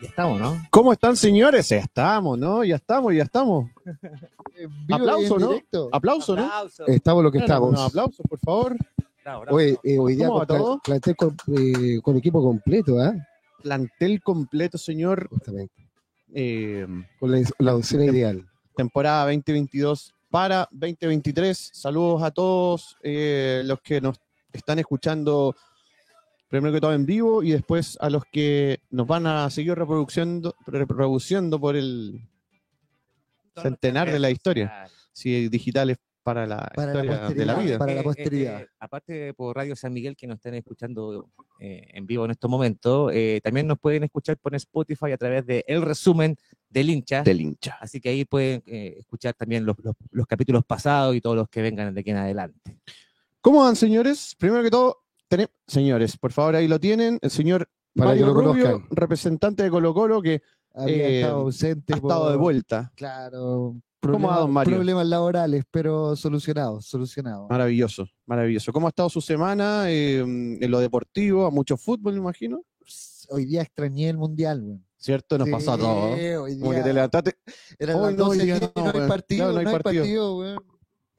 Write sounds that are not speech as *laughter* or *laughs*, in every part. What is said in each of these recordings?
Ya estamos, ¿no? ¿Cómo están, señores? Ya estamos, ¿no? Ya estamos, ya estamos. Eh, vivo y Aplauso, en ¿no? directo. Aplauso, ¿no? Aplauso. Estamos lo que estamos. Un aplauso, por favor. Bravo, bravo, Hoy, bravo. eh, hoy día ¿Cómo con, va pla- todo? plantel con, eh, con equipo completo, ¿ah? Plantel completo, señor. Justamente. Eh, Con la, la docena Em, ideal. temporada 2022 para 2023. Saludos a todos eh, los que nos están escuchando, primero que todo en vivo, y después a los que nos van a seguir reproduciendo, reproduciendo por el Todas las centenar de la redes historia. sociales. sí, digitales para la Para la historia de la posteridad. vida. Para la Eh, posteridad. eh, aparte por Radio San Miguel que nos están escuchando eh, en vivo en estos momentos, eh, también nos pueden escuchar por Spotify a través de el resumen del hincha. Del hincha. Así que ahí pueden eh, escuchar también los, los- los capítulos pasados y todos los que vengan de aquí en adelante. ¿Cómo van, señores? Primero que todo, tene- señores, por favor, ahí lo tienen. El señor Para que Mario lo Rubio, conozcan. representante de Colo Colo, que Había Eh, estado ausente. ha estado de por- vuelta. Claro. va, don Mario? Ah. problemas laborales, pero solucionados, solucionados. Maravilloso, maravilloso. ¿Cómo ha estado su semana eh, en lo deportivo? A mucho fútbol, me imagino. Hoy día extrañé el mundial, güey. ¿Cierto? Nos Sí, pasó a todos. ¿no? hoy Como que día- te levantaste. Era Hoy las no, hoy 12 día y no, no, güey. hay partido, Claro, no hay partido, güey.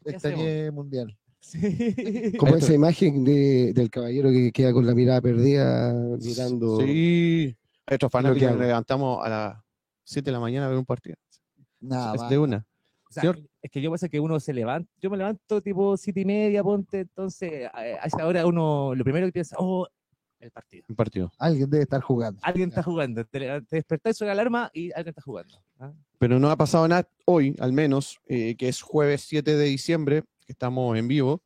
¿Qué Extrañé mundial. Ahí Como está. esa imagen de, del caballero que queda con la mirada perdida mirando. Sí. Estos fanáticos hago. nos levantamos a las 7 de la mañana a ver un partido. Nada, es Ah, va. de una. O sea, Señor. Es que yo pasa que uno se levanta, yo me levanto tipo siete y media, ponte, entonces a, a esa hora uno lo primero que piensa, oh, el partido. Un partido. Alguien debe estar jugando. Ah. Alguien está jugando, te, levant- te despertás, suena la alarma y alguien está jugando. ¿ah? Pero no ha pasado nada hoy, al menos, eh, que es jueves 7 de diciembre, que estamos en vivo.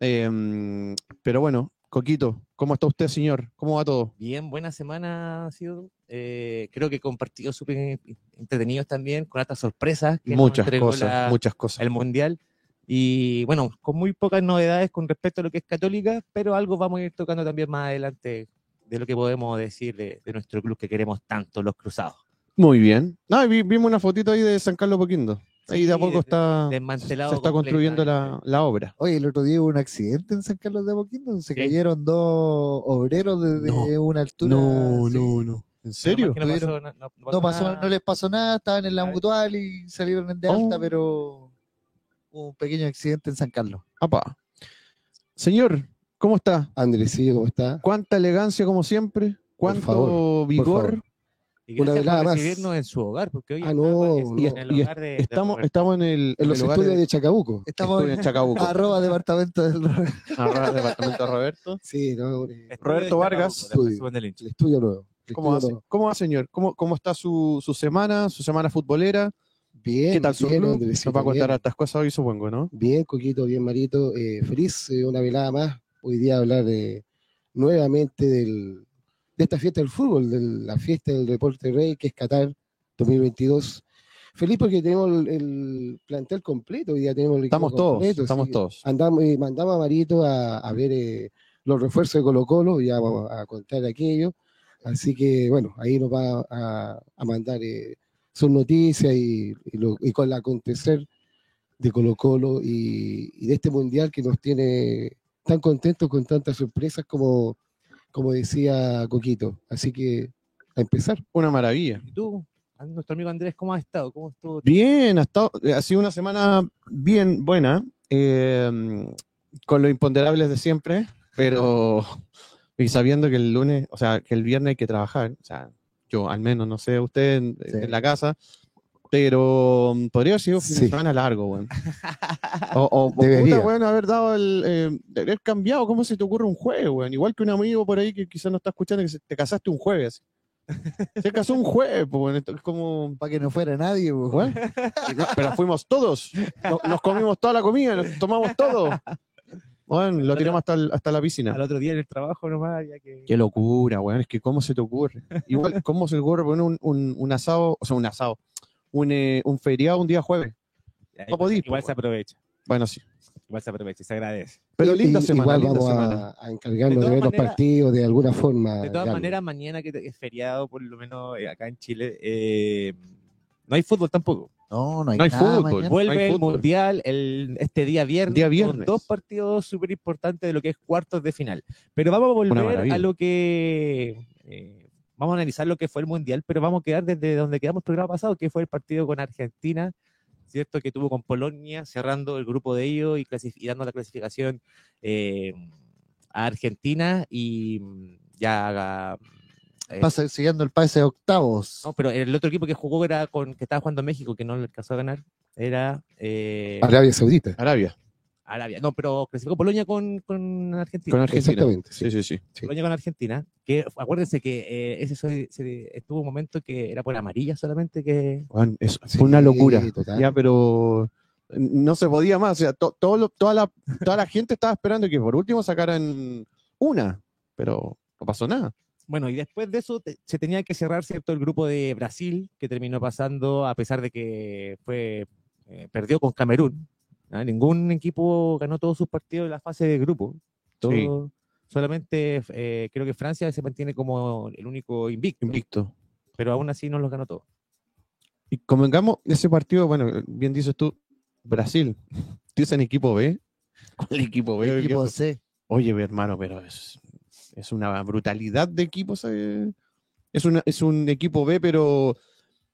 Em, pero bueno, Coquito, ¿cómo está usted, señor? ¿Cómo va todo? Bien, buena semana ha sido. eh, creo que con partidos súper entretenidos también, con hartas sorpresas. que nos Muchas entregó cosas, la- muchas cosas. el Mundial. Y bueno, con muy pocas novedades con respecto a lo que es Católica, pero algo vamos a ir tocando también más adelante de lo que podemos decir de, de nuestro club que queremos tanto, los Cruzados. Muy bien. Ah, vi- vimos una fotito ahí de San Carlos Poquindo. Ahí de a Sí, poco de- está, Desmantelado. se está construyendo la, completamente. la obra. Oye, el otro día hubo un accidente en San Carlos de Apoquindo. Se Sí. cayeron dos obreros desde una altura. sí. no. ¿En Menos serio? mal que No pasó, no- no No pasó, nada. no les pasó nada, estaban en la Ay. mutual y salieron en de alta, Oh. pero hubo un pequeño accidente en San Carlos. Apa. Señor, ¿cómo está? Andresillo, ¿cómo está? ¿Cuánta elegancia como siempre? ¿Cuánto favor, vigor? favor. una Y gracias Este, por velada más. recibirnos en su hogar, porque hoy Ah, estamos no, en- no. en el Y- y hogar de- de Estamos, Roberto. estamos en el, En los el hogar estudios de- de Chacabuco. Estamos Estamos en en Chacabuco, arroba departamento del arroba departamento Roberto. Sí, no, eh, Estudio Roberto de Vargas. Chacabuco, del resumen del hincha. el estudio nuevo. el Este- ¿Cómo, hace? estudio nuevo. ¿Cómo va, señor? ¿Cómo, cómo está su, su semana, su semana futbolera? Bien, ¿Qué tal su bien, club? Andresito, Nos va a contar bien. hartas cosas hoy, supongo, ¿no? Bien, Coquito, bien, Marito. eh, feliz, eh, una velada más. Hoy día hablar de, nuevamente del, de esta fiesta del fútbol, de la fiesta del deporte rey, que es Qatar 2022. Feliz porque tenemos el, el plantel completo. Hoy día tenemos el equipo Estamos todos, completo, estamos sí. todos. Andamos, eh, mandamos a Marito a, a ver eh, los refuerzos de Colo Colo, ya vamos a contar aquello. Así que, bueno, ahí nos va a, a mandar eh, sus noticias y, y lo- y con el acontecer de Colo Colo y, y de este mundial que nos tiene tan contentos con tantas sorpresas como, como decía Coquito. Así que, a empezar. Una maravilla. ¿Y tú? Ah, Nuestro amigo Andrés, ¿cómo has estado? ¿Cómo estuvo? Bien, ha, estado- eh, ha sido una semana bien buena, eh, con los imponderables de *laughs* siempre, pero y sabiendo que el lunes, o sea, que el viernes hay que trabajar, o sea, yo al menos, no sé, usted en, Sí. en la casa, pero mm, podría haber sido un fin de Sí. semana *laughs* largo, weón. O, o- o Debería. puta, weón, haber dado el. eh, de haber cambiado, ¿cómo se te ocurre un jueves, weón? Igual que un amigo por ahí que quizás no está escuchando, que se- te casaste un jueves. Se casó un jueves, pues, weón, esto es como. Para que no fuera nadie, pues, Bueno, *laughs* no, pero fuimos todos. Nos, nos comimos toda la comida, nos tomamos todo. Bueno, lo tiramos hasta, el- hasta la piscina. Al otro día en el trabajo nomás, ya que... Qué locura, weón. Es que cómo se te ocurre. Igual, ¿cómo se te ocurre poner un, un- un asado, o sea, un asado, un, eh, un feriado un día jueves? No Ya, igual- podís, Igual po, se aprovecha, Bueno, sí. igual se aprovecha, y se agradece. Pero Y- linda y- semana, Igual linda vamos a- semana. a, encargarnos De de, todas ver los maneras- partidos de alguna Ah, forma. De todas Gaby. maneras, mañana que te- es feriado, por lo menos eh, acá en Chile, eh, no hay fútbol tampoco. No, no hay, No hay nada fútbol. mañana. Vuelve no hay el fútbol. Mundial el, este día viernes, Día con viernes. dos partidos súper importantes de lo que es cuartos de final. Pero vamos a volver maravilla. a lo que... eh, vamos a analizar lo que fue el Mundial, pero vamos a quedar desde donde quedamos el programa pasado, que fue el partido con Argentina, ¿cierto? Que tuvo con Polonia, cerrando el grupo de ellos y, clasi- y dando la clasificación eh, a Argentina y mm, ya... eh, Pasa- siguiendo el pase de octavos. no, pero el otro equipo que jugó era con que estaba jugando México, que no le alcanzó a ganar, era eh, Arabia Saudita. Arabia, Arabia. No, pero clasificó Polonia con, con Argentina. con Argentina. Exactamente. sí. Sí, sí, sí. Polonia con Argentina. Que acuérdense que eh, ese se- se- estuvo un momento que era por amarilla solamente que. Weón, es- Sí, fue una locura. total. Ya, pero no se podía más. O sea, to- todo lo- toda, la, toda la gente estaba esperando que por último sacaran una, pero no pasó nada. Bueno, y después de eso te- se tenía que cerrar, ¿cierto? El grupo de Brasil, que terminó pasando, a pesar de que fue eh, perdió con Camerún. ¿ah? Ningún equipo ganó todos sus partidos en la fase de grupo. Sí. Todo- Solamente eh, creo que Francia se mantiene como el único invicto, Invicto. pero aún así no los ganó todos. Y convengamos, ese partido, bueno, bien dices tú, Brasil. Dicen equipo B. ¿Cuál equipo B? Equipo viejo? C. Oye, ve, hermano, pero es, es una brutalidad de equipos. eh. Es, una- es un equipo B, pero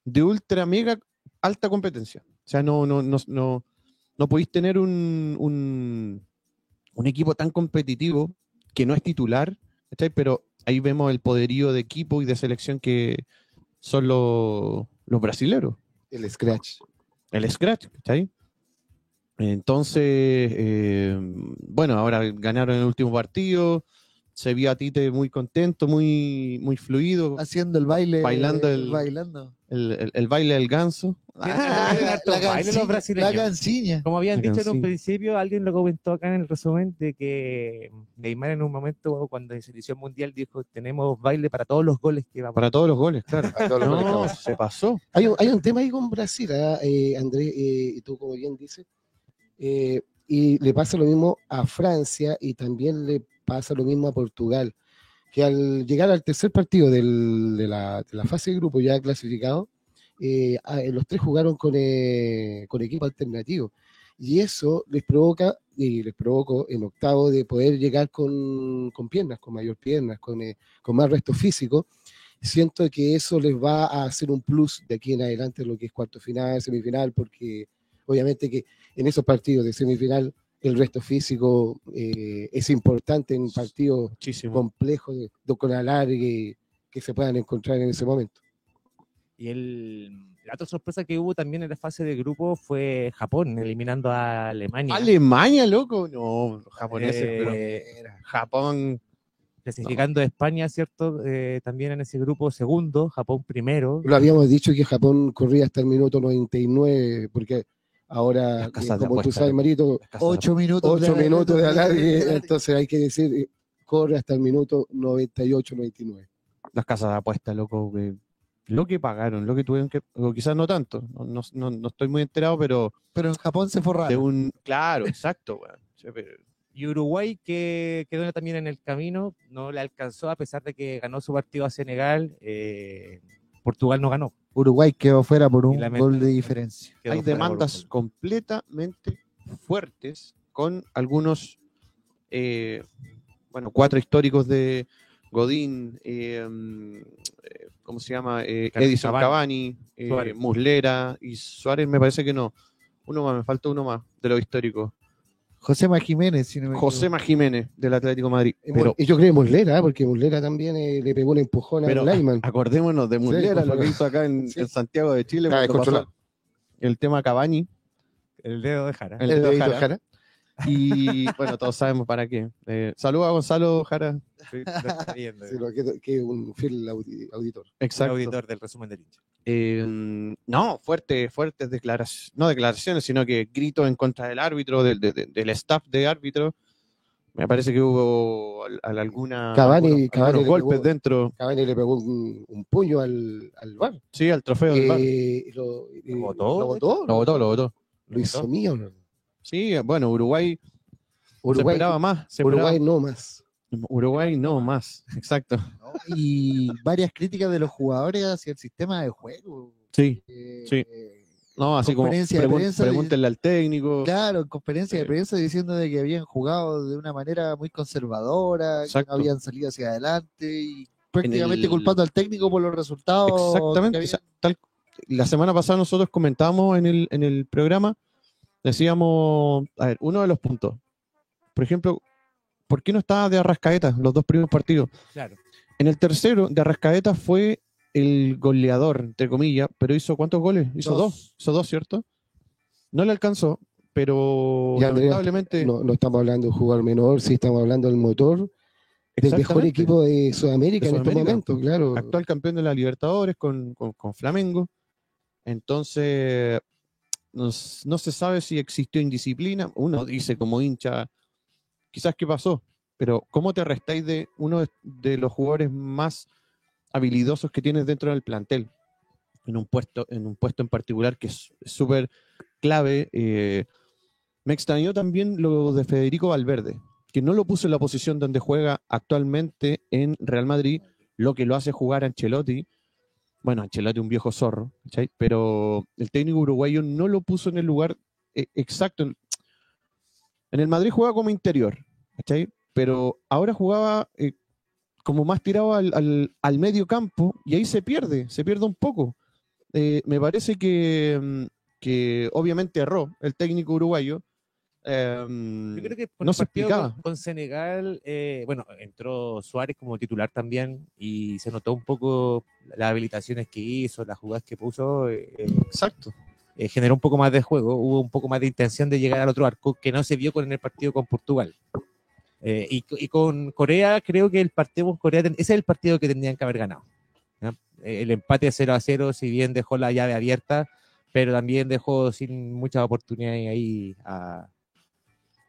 de ultra mega alta competencia. O sea, no, no, no, no, no podéis tener un, un, un equipo tan competitivo que no es titular, ¿cachai? Pero ahí vemos el poderío de equipo y de selección que son los, los brasileros El scratch. el scratch, ¿cachai? Entonces, eh, bueno, ahora ganaron el último partido, se vio a Tite muy contento, muy, muy fluido, Haciendo el baile. Bailando el- Bailando. el, el- el baile del ganso. Ah, harto baile los canciña, brasileños. la canciña. Como La habían dicho en un canción. principio, alguien lo comentó acá en el resumen de que Neymar en un momento cuando en selección mundial dijo tenemos baile para todos los goles que vamos. Para todos los goles, claro. a todos los goles que No, vamos. se pasó. Hay un, hay un tema ahí con Brasil, ¿ah? Eh, Andrés, eh, y tú como bien dices, eh, y le pasa lo mismo a Francia y también le pasa lo mismo a Portugal, que al llegar al tercer partido del- de, la, de la fase de grupo ya clasificado, eh, a- eh, los tres jugaron con, eh, con equipo alternativo. Y eso les provoca, y les provocó en octavo de poder llegar con, con piernas, con mayor piernas, con, eh, con más resto físico, siento que eso les va a hacer un plus de aquí en adelante lo que es cuarto final, semifinal, porque obviamente que en esos partidos de semifinal el resto físico eh, es importante en partidos Muchísimo. complejos de- de- con alargue que se puedan encontrar en ese momento. Y el, la otra sorpresa que hubo también en la fase de grupo fue Japón, eliminando a Alemania. Alemania, loco. No, japoneses, Eh, pero Japón. clasificando a España, ¿cierto? Eh, también en ese grupo segundo, Japón primero. Lo habíamos dicho que Japón corría hasta el minuto 99, porque ahora, Las eh, casas de como tú apuestas, sabes, ¿no? Marito, Ocho minutos. ocho de- minutos de alargue, alargue. entonces hay que decir, eh, corre hasta el minuto 98, 99. las casas de apuestas, loco, que lo que pagaron, lo que tuvieron que, o quizás no tanto, no- no, no, no estoy muy enterado, pero *laughs* Pero en Japón se de forraron. un, claro, exacto, weón. Sí, pero- Y Uruguay, que quedó también en el camino, no le alcanzó a pesar de que ganó su partido a Senegal. eh, Portugal no ganó. Uruguay quedó fuera por un gol lamentablemente- de diferencia. Quedó hay fuera por un demandas gol. completamente fuertes con algunos, eh, bueno, cuatro históricos de Godín, eh, mm, eh, ¿cómo se llama? Eh, Ca- Edison Cavani, Cavani, eh, Suárez. Muslera y Suárez, me parece que no. Uno más, me falta uno más de lo histórico. Josema Jiménez, si no me equivoco. Josema Jiménez del Atlético de Madrid. Y Pero Mo- y yo creo que Muslera, ¿eh? porque Muslera también eh, le pegó un empujón Pero- ah, a Lyman. acordémonos de Muslera, era lo lo que que- hizo acá en, Sí. en Santiago de Chile. Ah, cuando descontrolado. pasó el tema Cabañi, El dedo de Jara. el, El dedo dedito Jara. Jara. Y bueno, todos sabemos para qué. Eh, saludos a Gonzalo Jara. Sí, lo *laughs* está viendo, Sí, el lo que, que es un fiel audi- auditor. Exacto. auditor del resumen del hincha. Eh, no, fuertes, fuertes declaraciones, no declaraciones, sino que gritos en contra del árbitro, del, de- de- del staff de árbitro. Me parece que hubo al- al- alguna, Cavani- algunos- Cavani algunos le golpes pegó- dentro, Cavani le pegó un, un puño al, al bar. sí, al trofeo del VAR. lo, eh, ¿Lo botó? lo botó, Lo votó, lo votó. lo hizo mío. ¿no? Sí, bueno, Uruguay, se Uruguay, esperaba más. se Uruguay no más. esperaba- Uruguay no más, *laughs* exacto. ¿no? Y varias críticas de los jugadores hacia el sistema de juego. Sí, Eh, Sí. no, así como Conferencia de pregun- prensa de- pregúntenle al técnico. Claro, en conferencia de Sí. prensa diciendo de que habían jugado de una manera muy conservadora, Exacto. que no habían salido hacia adelante y prácticamente el- culpando al técnico por los resultados. Exactamente. que o sea, tal- la semana pasada nosotros comentábamos en el, en el programa, decíamos, a ver, uno de los puntos. Por ejemplo, ¿por qué no estaba de Arrascaeta los dos primeros partidos? Claro. En el tercero, de Arrascaeta fue el goleador, entre comillas, pero hizo cuántos goles? Hizo dos. Hizo dos, ¿cierto? No le alcanzó, pero Y Andrea, lamentablemente... No, no estamos hablando de un jugador menor, sí estamos hablando del motor del mejor Exactamente. equipo de Sudamérica De en estos Sudamérica. momentos, claro. actual campeón de la Libertadores con, con- con Flamengo. Entonces, no, s- no se sabe si existió indisciplina. Uno dice como hincha, quizás qué pasó, pero ¿cómo te restáis de uno de, de los jugadores más habilidosos que tienes dentro del plantel? En un puesto en, un puesto en particular que es súper clave. eh, me extrañó también lo de Federico Valverde, que no lo puso en la posición donde juega actualmente en Real Madrid, lo que lo hace jugar a Ancelotti. Bueno, Ancelotti un viejo zorro, ¿cachai? pero el técnico uruguayo no lo puso en el lugar eh, exacto. En en el Madrid jugaba como interior, ¿cachai? pero ahora jugaba eh, como más tirado al, al- al medio campo y ahí se pierde, se pierde un poco. Eh, me parece que, mm, que obviamente erró el técnico uruguayo. em, Yo creo que por no el se partido con, explicaba. con Senegal, eh, bueno, entró Suárez como titular también y se notó un poco las habilitaciones que hizo, las jugadas que puso, eh, eh, Exacto. eh, generó un poco más de juego, hubo un poco más de intención de llegar al otro arco que no se vio con el partido con Portugal. Eh, y, co- y con Corea, creo que el partido con Corea, ten- ese es el partido que tendrían que haber ganado. ¿ya? Eh, El empate 0 a 0, si bien dejó la llave abierta, pero también dejó sin muchas oportunidades ahí a,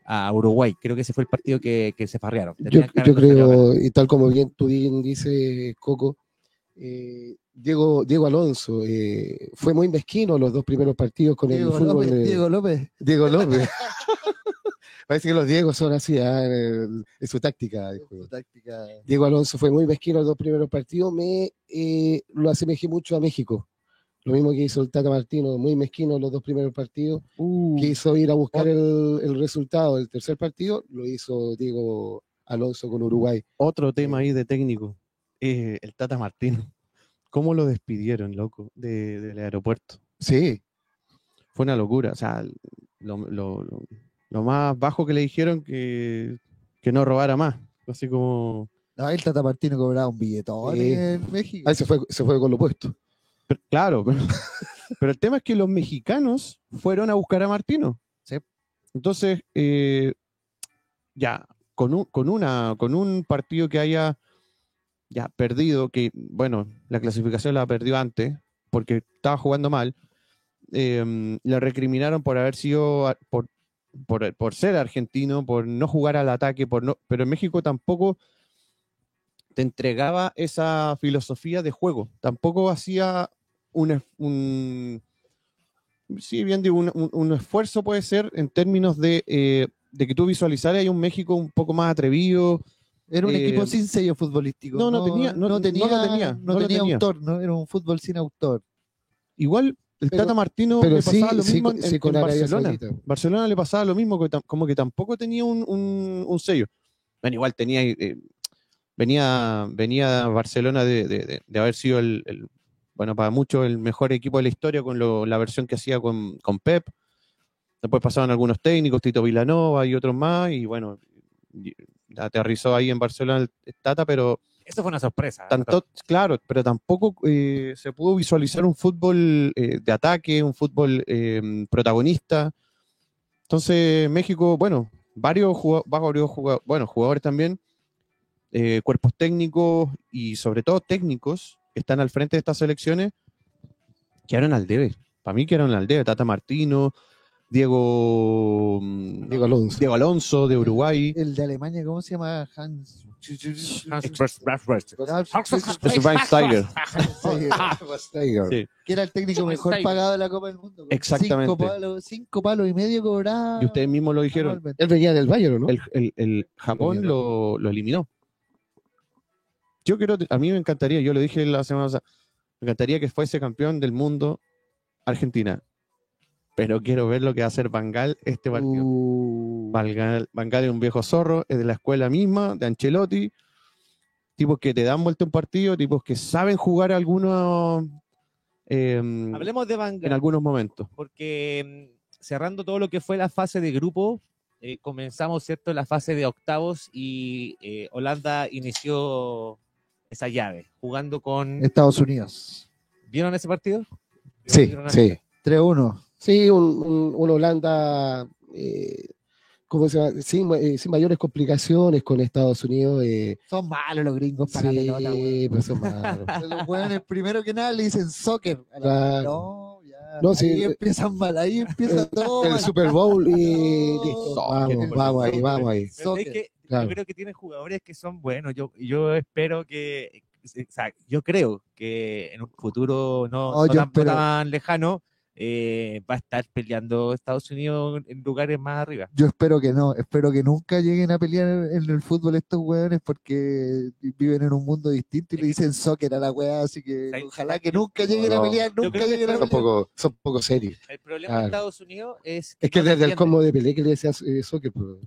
a Uruguay. Creo que ese fue el partido que, que se farrearon. Yo, Tendrían que yo haber ganado. creo, y tal como bien tú bien dices, Coco, eh, Diego, Diego Alonso eh, fue muy mezquino los dos primeros partidos con Diego el fútbol. López, de- Diego López. Diego *laughs* López. *laughs* Parece que los Diegos son así, ah, en el- en su táctica de juego. Su táctica. Diego Alonso fue muy mezquino los dos primeros partidos, me eh, lo asemejé mucho a México. Lo mismo que hizo el Tata Martino, muy mezquino los dos primeros partidos. Mm. Quiso ir a Oh. buscar el, el resultado del tercer partido, lo hizo Diego Alonso con Uruguay. Otro tema ahí de técnico, eh, el Tata Martino. *laughs* ¿Cómo lo despidieron, loco, de- del aeropuerto? Sí, Fue una locura. O sea, lo, lo- lo- lo más bajo que le dijeron que, que no robara más. Así como... No, el Tata Martino cobraba un billetón Sí. eh. en México. ahí se fue, se fue con lo opuesto. pero- claro, pero, *laughs* pero el tema es que los mexicanos fueron a buscar a Martino. Sí. Entonces, eh, ya, con un, con, una, con un partido que haya ya perdido, que bueno, la clasificación la perdió antes, porque estaba jugando mal, eh, le recriminaron por haber sido, a- por, por, por ser argentino, por no jugar al ataque, por no, pero en México tampoco te entregaba esa filosofía de juego, tampoco hacía un, es- un- sí, bien digo, un, un- un esfuerzo puede ser en términos de, eh, de que tú visualizaras un México un poco más atrevido. Era un eh, equipo sin sello futbolístico. no, no tenía- no- no lo tenía, no no lo tenía tenía. autor, ¿no? Era un fútbol sin autor. Igual el Pero- Tata Martino Pero le sí, pasaba lo sí, mismo con- en, sí en con Arabia Barcelona. Saudita. Barcelona le pasaba lo mismo, que tam- como que tampoco tenía un, un- un sello. Bueno, igual tenía, eh, venía, venía Barcelona de, de- de- de haber sido el, el- bueno, para muchos el mejor equipo de la historia con lo- la versión que hacía con, con Pep. Después pasaron algunos técnicos, Tito Vilanova y otros más, y bueno, y- aterrizó ahí en Barcelona el Tata, pero Eso fue una sorpresa. tanto, claro, pero tampoco eh, se pudo visualizar un fútbol eh, de ataque, un fútbol eh, protagonista. Entonces, México, bueno, varios, jugado- varios jugado- bueno, jugadores también, eh, cuerpos técnicos y sobre todo técnicos que están al frente de estas selecciones, quedaron al debe. Para mí quedaron al debe. Tata Martino, Diego, mm, Diego Alonso. Diego Alonso de Uruguay. El de Alemania, ¿cómo se llama? Hans. Schweinsteiger. Steiger. Ah. Sí. Que era el técnico mejor pagado de la Copa del Mundo. con Exactamente. Cinco palos, cinco palos y medio cobrado. Y ustedes mismos lo dijeron. Él venía del Bayern, ¿o ¿no? el, el- el Japón lo, lo eliminó. Yo creo, a mí me encantaría, yo lo dije la semana pasada, me encantaría que fuese campeón del mundo Argentina. Pero quiero ver lo que va a hacer Bangal este partido. Uh, Bangal, Bangal es un viejo zorro, es de la escuela misma, de Ancelotti. Tipos que te dan vuelta un partido, tipos que saben jugar algunos. eh, en Hablemos de Van Gaal, algunos momentos. porque mm, cerrando todo lo que fue la fase de grupo, eh, comenzamos, ¿cierto?, la fase de octavos y eh, Holanda inició esa llave, jugando con... Estados Unidos. ¿Vieron ese partido? sí, ¿Vieron sí. 3-1. Sí, un, un- una Holanda, eh, ¿cómo se llama? Sin, ma- eh, sin mayores complicaciones con Estados Unidos. eh, Son malos los gringos para la pelota, sí, weón. pero son malos. Los weones primero que nada le dicen soccer. A la- Claro. No, ya. No, ahí sí. empiezan mal, ahí empieza todo. el mal. Super Bowl y No. listo. Soccer, Vamos, vamos ahí, vamos ahí. Pero es Soccer, que claro. Yo creo que tienen jugadores que son buenos. Yo, yo espero que. eh, o sea, yo creo que en un futuro no, Oh, no yo tan, no espero. tan lejano eh, va a estar peleando Estados Unidos en lugares más arriba. Yo espero que no, espero que nunca lleguen a pelear en el fútbol estos weones porque viven en un mundo distinto y le dicen soccer a la weá, así que Ahí- ojalá que nunca lleguen a No. pelear, Yo nunca creo que lleguen a Son pelear. poco, son poco serios. El problema de Claro. Estados Unidos es. Es que no desde el defiende, combo de Pelé que le decía eh, soccer, pero-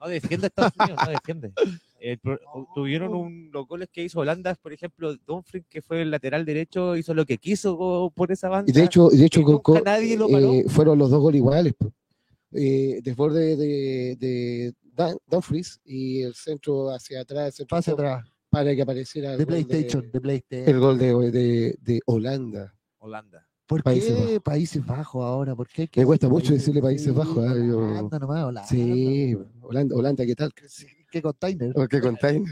No defiende a Estados Unidos, no defiende. El pro- tuvieron un, los goles que hizo Holanda, por ejemplo, Dumfries, que fue el lateral derecho, hizo lo que quiso go- por esa banda. Y de hecho, de hecho que con- nunca con- nadie lo eh, paró. fueron los dos goles iguales. po. Eh, desborde de, de Dan- Dumfries y el centro hacia atrás, el centro Pase hacia- atrás, para que apareciera el de gol PlayStation, de PlayStation. el gol de, de- de Holanda. Holanda. ¿Por Países qué Bajos. Países Bajos ahora? ¿Por qué hay que Me cuesta decir mucho decirle Países Bajos, ah, yo- Holanda nomás, Holanda. Sí, Eh, Holanda, Holanda, ¿qué tal? ¿Qué container? ¿Qué contáis?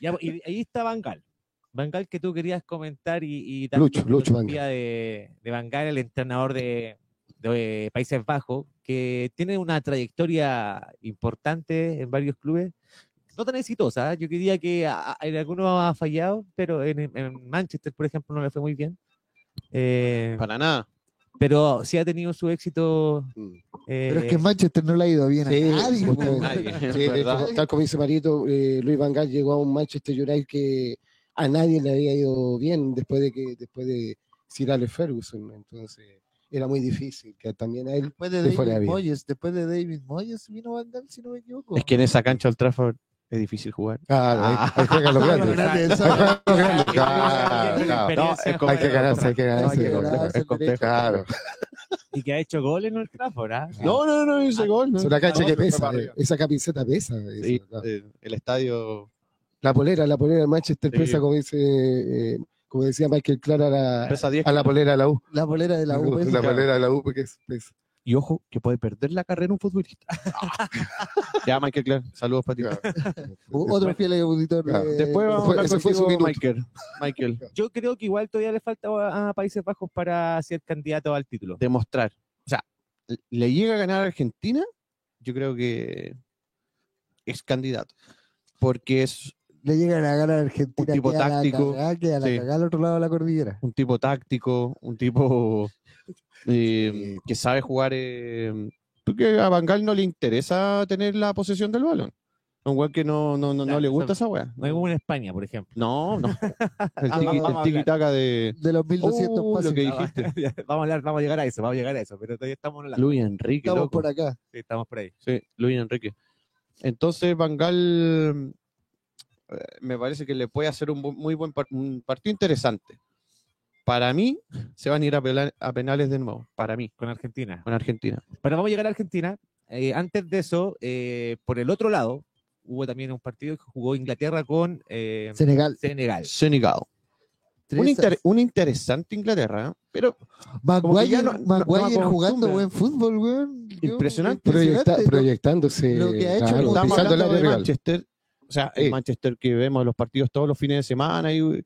Ya, pues, y ahí está Bangal. Bangal que tú querías comentar y, y Lucho, Lucho Van filosofía de, de Van Gaal, el entrenador de, de eh, Países Bajos, que tiene una trayectoria importante en varios clubes. No tan exitosa, ¿eh? yo diría que a- a- en algunos ha fallado, pero en, en Manchester, por ejemplo, no le fue muy bien. Eh, Para nada. pero sí ha tenido su éxito. Mm. Pero es eh, que en Manchester no le ha ido bien a nadie. porque- weón. Nadie, sí, es de verdad. hecho, tal como dice Marito, eh, Luis Van Gaal llegó a un Manchester United que a nadie le había ido bien después de que después de Sir Alex Ferguson, entonces era muy difícil que también a él Después de Le fue la David bien. Moyes, después de David Moyes vino Van Gaal, si no me equivoco. Es que en esa cancha Old Trafford es difícil jugar. Claro, ahí- ahí juegan los Son grandes. los grandes, son los grandes. *laughs* Claro, claro, claro. No, es como- Hay que ganarse, hay que No, hay ganarse. que ganarse Ah, es el complejo. derecho. Claro, y que ha hecho gol en el Trafford. ¿ah? No, no, no, ese gol. no. es una cancha No, que pero fue pesa, para eh. arriba. esa camiseta pesa. esa, Sí, claro. eh, el estadio. La polera, la polera del Manchester Sí. pesa, como, dice, eh, como decía Michael Clara, a la, Pesa 10. a la polera de la U. La bolera de la U. La polera de la U, porque es pesa. Y ojo, que puede perder la carrera un futbolista. *laughs* ya, Michael Clark, saludos para ti. Claro. Otro fiel auditor. eh, Claro. de- *laughs* Después vamos Fue- a hablar ese fue su contigo, minuto. Michael. *laughs* Michael, Yo creo que igual todavía le falta a a Países Bajos para ser candidato al título. demostrar. O sea, le- le llega a ganar a Argentina, yo creo que es candidato. Porque es le llegan a ganar a Argentina. Un tipo queda la táctico, cagá, queda la sí. cagá al otro lado de la cordillera. un tipo táctico, un tipo eh, Sí. que sabe jugar. Eh, porque a Bangal no le interesa tener la posesión del balón. Un weón que no, no, no, no Claro, le eso- gusta esa weá. No hay como en España, por *laughs* ejemplo. No, no. El Ah, tiki- vamos a el tiki-taka de. De los 1200 Uh, pases. lo que Ah, dijiste. *laughs* vamos a hablar, vamos a llegar a eso, vamos a llegar a eso, pero todavía estamos en la- Luis Enrique, Estamos loco. por acá. sí, estamos por ahí. Sí, Luis Enrique. Entonces, Bangal eh, me parece que le puede hacer un bu- muy buen par- un partido interesante. Para mí, se van a ir a, pela- a penales de nuevo. Para mí, con Argentina. con Argentina. Pero vamos a llegar a Argentina. Eh, antes de eso, eh, por el otro lado, hubo también un partido que jugó Inglaterra con eh, Senegal. Senegal. Senegal. Tres Un a- inter- un interesante Inglaterra, ¿eh? pero como que Maguire, ya no- no- Maguire no me jugando acostumbra. buen fútbol, weón. Yo- Impresionante. impresionante, Proyecta- ¿no? proyectándose. lo que ha Ah, hecho claro, Estamos estamos pisando el hablando área de rival. Manchester. O sea, el Sí. Manchester que vemos los partidos todos los fines de semana y eh,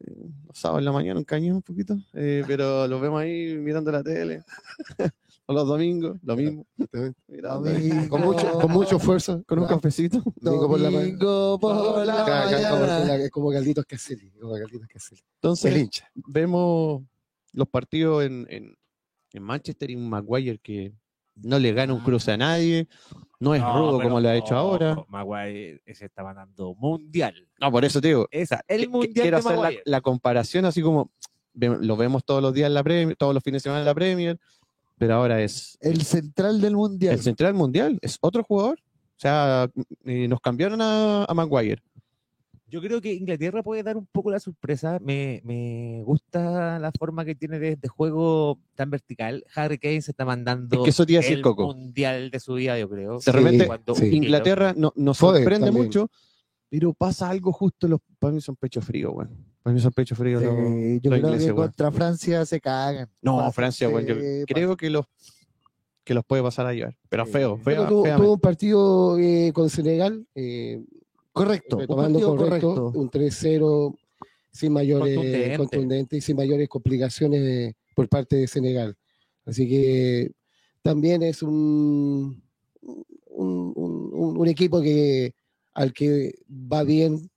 los sábados en la mañana un cañón un poquito, eh, pero los vemos ahí mirando la tele. *laughs* o los domingos, lo mismo. Mirando ahí, Domingo, Con mucho, con mucho esfuerzo. con un cafecito. Domingo por la ma- domingo por la Ca- ca- como- mañana. la- como Galditos Caselli. Como Galditos Caselli. Entonces, El hincha. vemos los partidos en, en- en Manchester y un Maguire que no le gana un cruce a nadie, no es rudo como lo ha hecho ahora. Maguire se estaba dando mundial. No, por eso te digo, Esa, el que- que mundial quiero de hacer la, Maguire. la comparación así como ve- lo vemos todos los días en la Premier, todos los fines de semana en la Premier, pero ahora es El central del mundial. el central mundial, es otro jugador. O sea, eh, nos cambiaron a, a Maguire. Yo creo que Inglaterra puede dar un poco la sorpresa. Me, me gusta la forma que tiene de, de juego tan vertical. Harry Kane se está mandando Es que eso te iba a decir, el Coco. mundial de su vida, yo creo. De repente, Cuando- sí. Inglaterra no- nos Foden sorprende también. mucho, pero pasa algo justo. en Los, para mí son pecho frío, güey. Para mí son pecho frío. Eh, los- yo los creo ingleses, que weón. contra Francia se cagan. No, Pasa, Francia, güey. yo sí, pasa. creo que los, que los puede pasar a llevar, pero Sí. feo, fea- Bueno, tuvo, feamente. tuvo un partido eh, con Senegal. Eh, Correcto, un retomando partido correcto, correcto. un 3-0 sin mayores Contundente. contundente. y sin mayores complicaciones de- por parte de Senegal. Así que también es un, un, un- un- un equipo que al que va bien,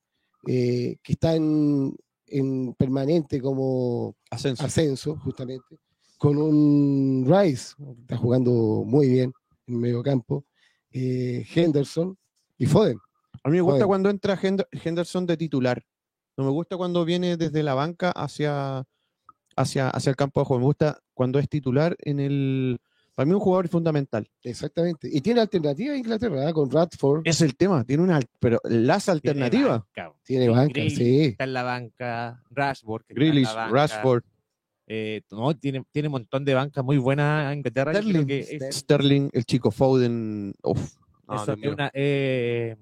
eh, que está en, en permanente como Ascenso. ascenso, justamente, con un Rice, que está jugando muy bien en el medio campo, eh, Henderson y Foden. A mí me gusta Joder. cuando entra Hend- Henderson de titular. No me gusta cuando viene desde la banca hacia, hacia, hacia el campo de juego. Me gusta cuando es titular en el. Para mí, un jugador fundamental. Exactamente. Y tiene alternativa Inglaterra, ¿ah? con Radford. Es el tema. Tiene una. al- Pero las Tiene alternativas. banca. Tiene Y banca, Grealish sí. Está en la banca. Rashford. que está en la Grealish, banca. Rashford, Eh, no, tiene, tiene un montón de bancas muy buenas Inglaterra. yo creo Sterling, que es- Sterling. Sterling, el chico Foden. Uf. no, eso Dios es, mío. una- eh,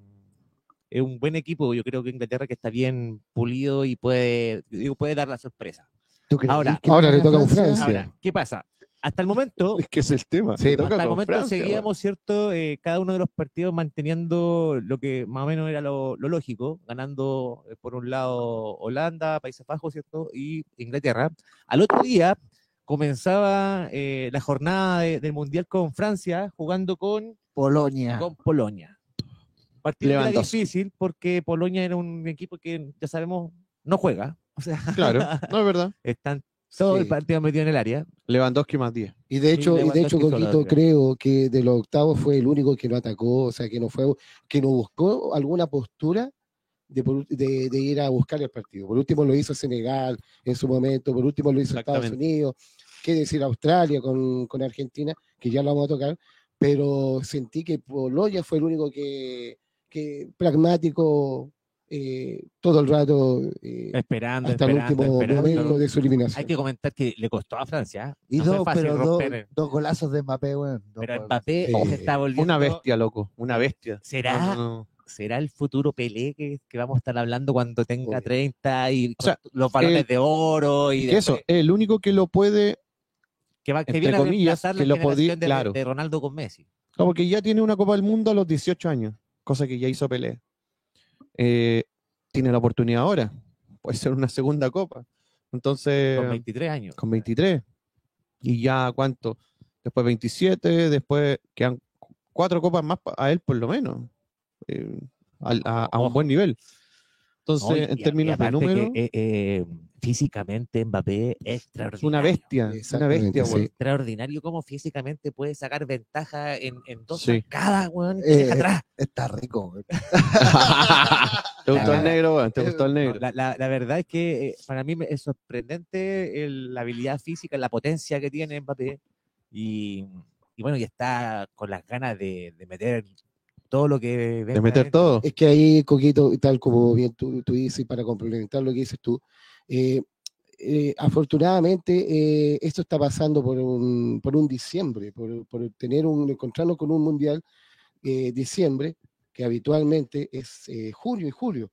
es un buen equipo. Yo creo que Inglaterra que está bien pulido y puede, digo, puede dar la sorpresa. ¿Tú crees Ahora- que ahora le gana toca a Francia. Ahora, ¿qué pasa? Hasta el momento, *laughs* Es que es el tema. Sí, Te toca hasta con el momento Francia, weón. seguíamos, ¿cierto? Eh, cada uno de los partidos manteniendo lo que más o menos era lo, lo lógico, ganando eh, por un lado Holanda, Países Bajos, ¿cierto? Y Inglaterra. Al otro día comenzaba eh, la jornada de- del Mundial con Francia jugando con, Polonia. con Polonia. Partido que era Lewandowski. difícil porque Polonia era un equipo que ya sabemos no juega. *laughs* O sea, Claro, *laughs* no es verdad. están todo el Sí. partido metido en el área. Lewandowski más 10. Y de hecho, y de Lewandowski hecho solo, Coquito, creo. creo que de los octavos fue el único que no atacó, o sea, que no fue, que no buscó alguna postura de, por- de- de ir a buscar el partido. Por último lo hizo Senegal en su momento, por último lo hizo Estados Exactamente. Unidos, qué decir Australia con, con Argentina, que ya lo vamos a tocar, pero sentí que Polonia fue el único que, que pragmático eh, todo el rato eh, Esperando, hasta el esperando, último esperando. momento de su eliminación. Hay que comentar que le costó a Francia. ¿eh? Y No fue dos, fácil pero dos, romper, eh. el- dos golazos de Mbappé, weón. Dos pero golazos. Mbappé Sí. se está volviendo. Una bestia, loco. Una bestia. ¿Será, No, no, no. ¿Será el futuro Pelé que, que vamos a estar hablando cuando tenga Obvio. 30 y con sea, los balones el- de oro y después- Eso, el único que lo puede que, va, que entre viene comillas, a reemplazar que la lo podí- generación de, claro. de Ronaldo con Messi? Como que ya tiene una Copa del Mundo a los 18 años, cosa que ya hizo Pelé. Eh, tiene la oportunidad ahora, puede ser una segunda Copa. Entonces, Con 23 años. con 23. ¿Y ya cuánto? Después 27, después quedan cuatro copas más pa- a él por lo menos, eh, al- a, a un Ojo. buen nivel. No, Entonces, y- en y- y términos de aparte que, número, eh, eh, físicamente Mbappé es es una extraordinario. bestia, es una Exactamente, bestia, sí. güey. Extraordinario cómo físicamente puede sacar ventaja en, en dos Sí. marcadas, weón. y Eh, deja atrás. Está rico, weón. ¿Te gustó el Claro. negro, güey? ¿Te Eh, gustó el No, negro? la, la- la verdad es que eh, para mí me- es sorprendente el- la habilidad física, la potencia que tiene Mbappé. Y, y bueno, y está con las ganas de, de meter todo lo que. ¿De meter todo? Es que ahí, Coquito, y tal como bien tú, tú dices, y para complementar lo que dices tú, eh, eh, afortunadamente eh, esto está pasando por un, por un diciembre, por, por tener un encontrarnos con un mundial eh, diciembre, que habitualmente es eh, junio y julio.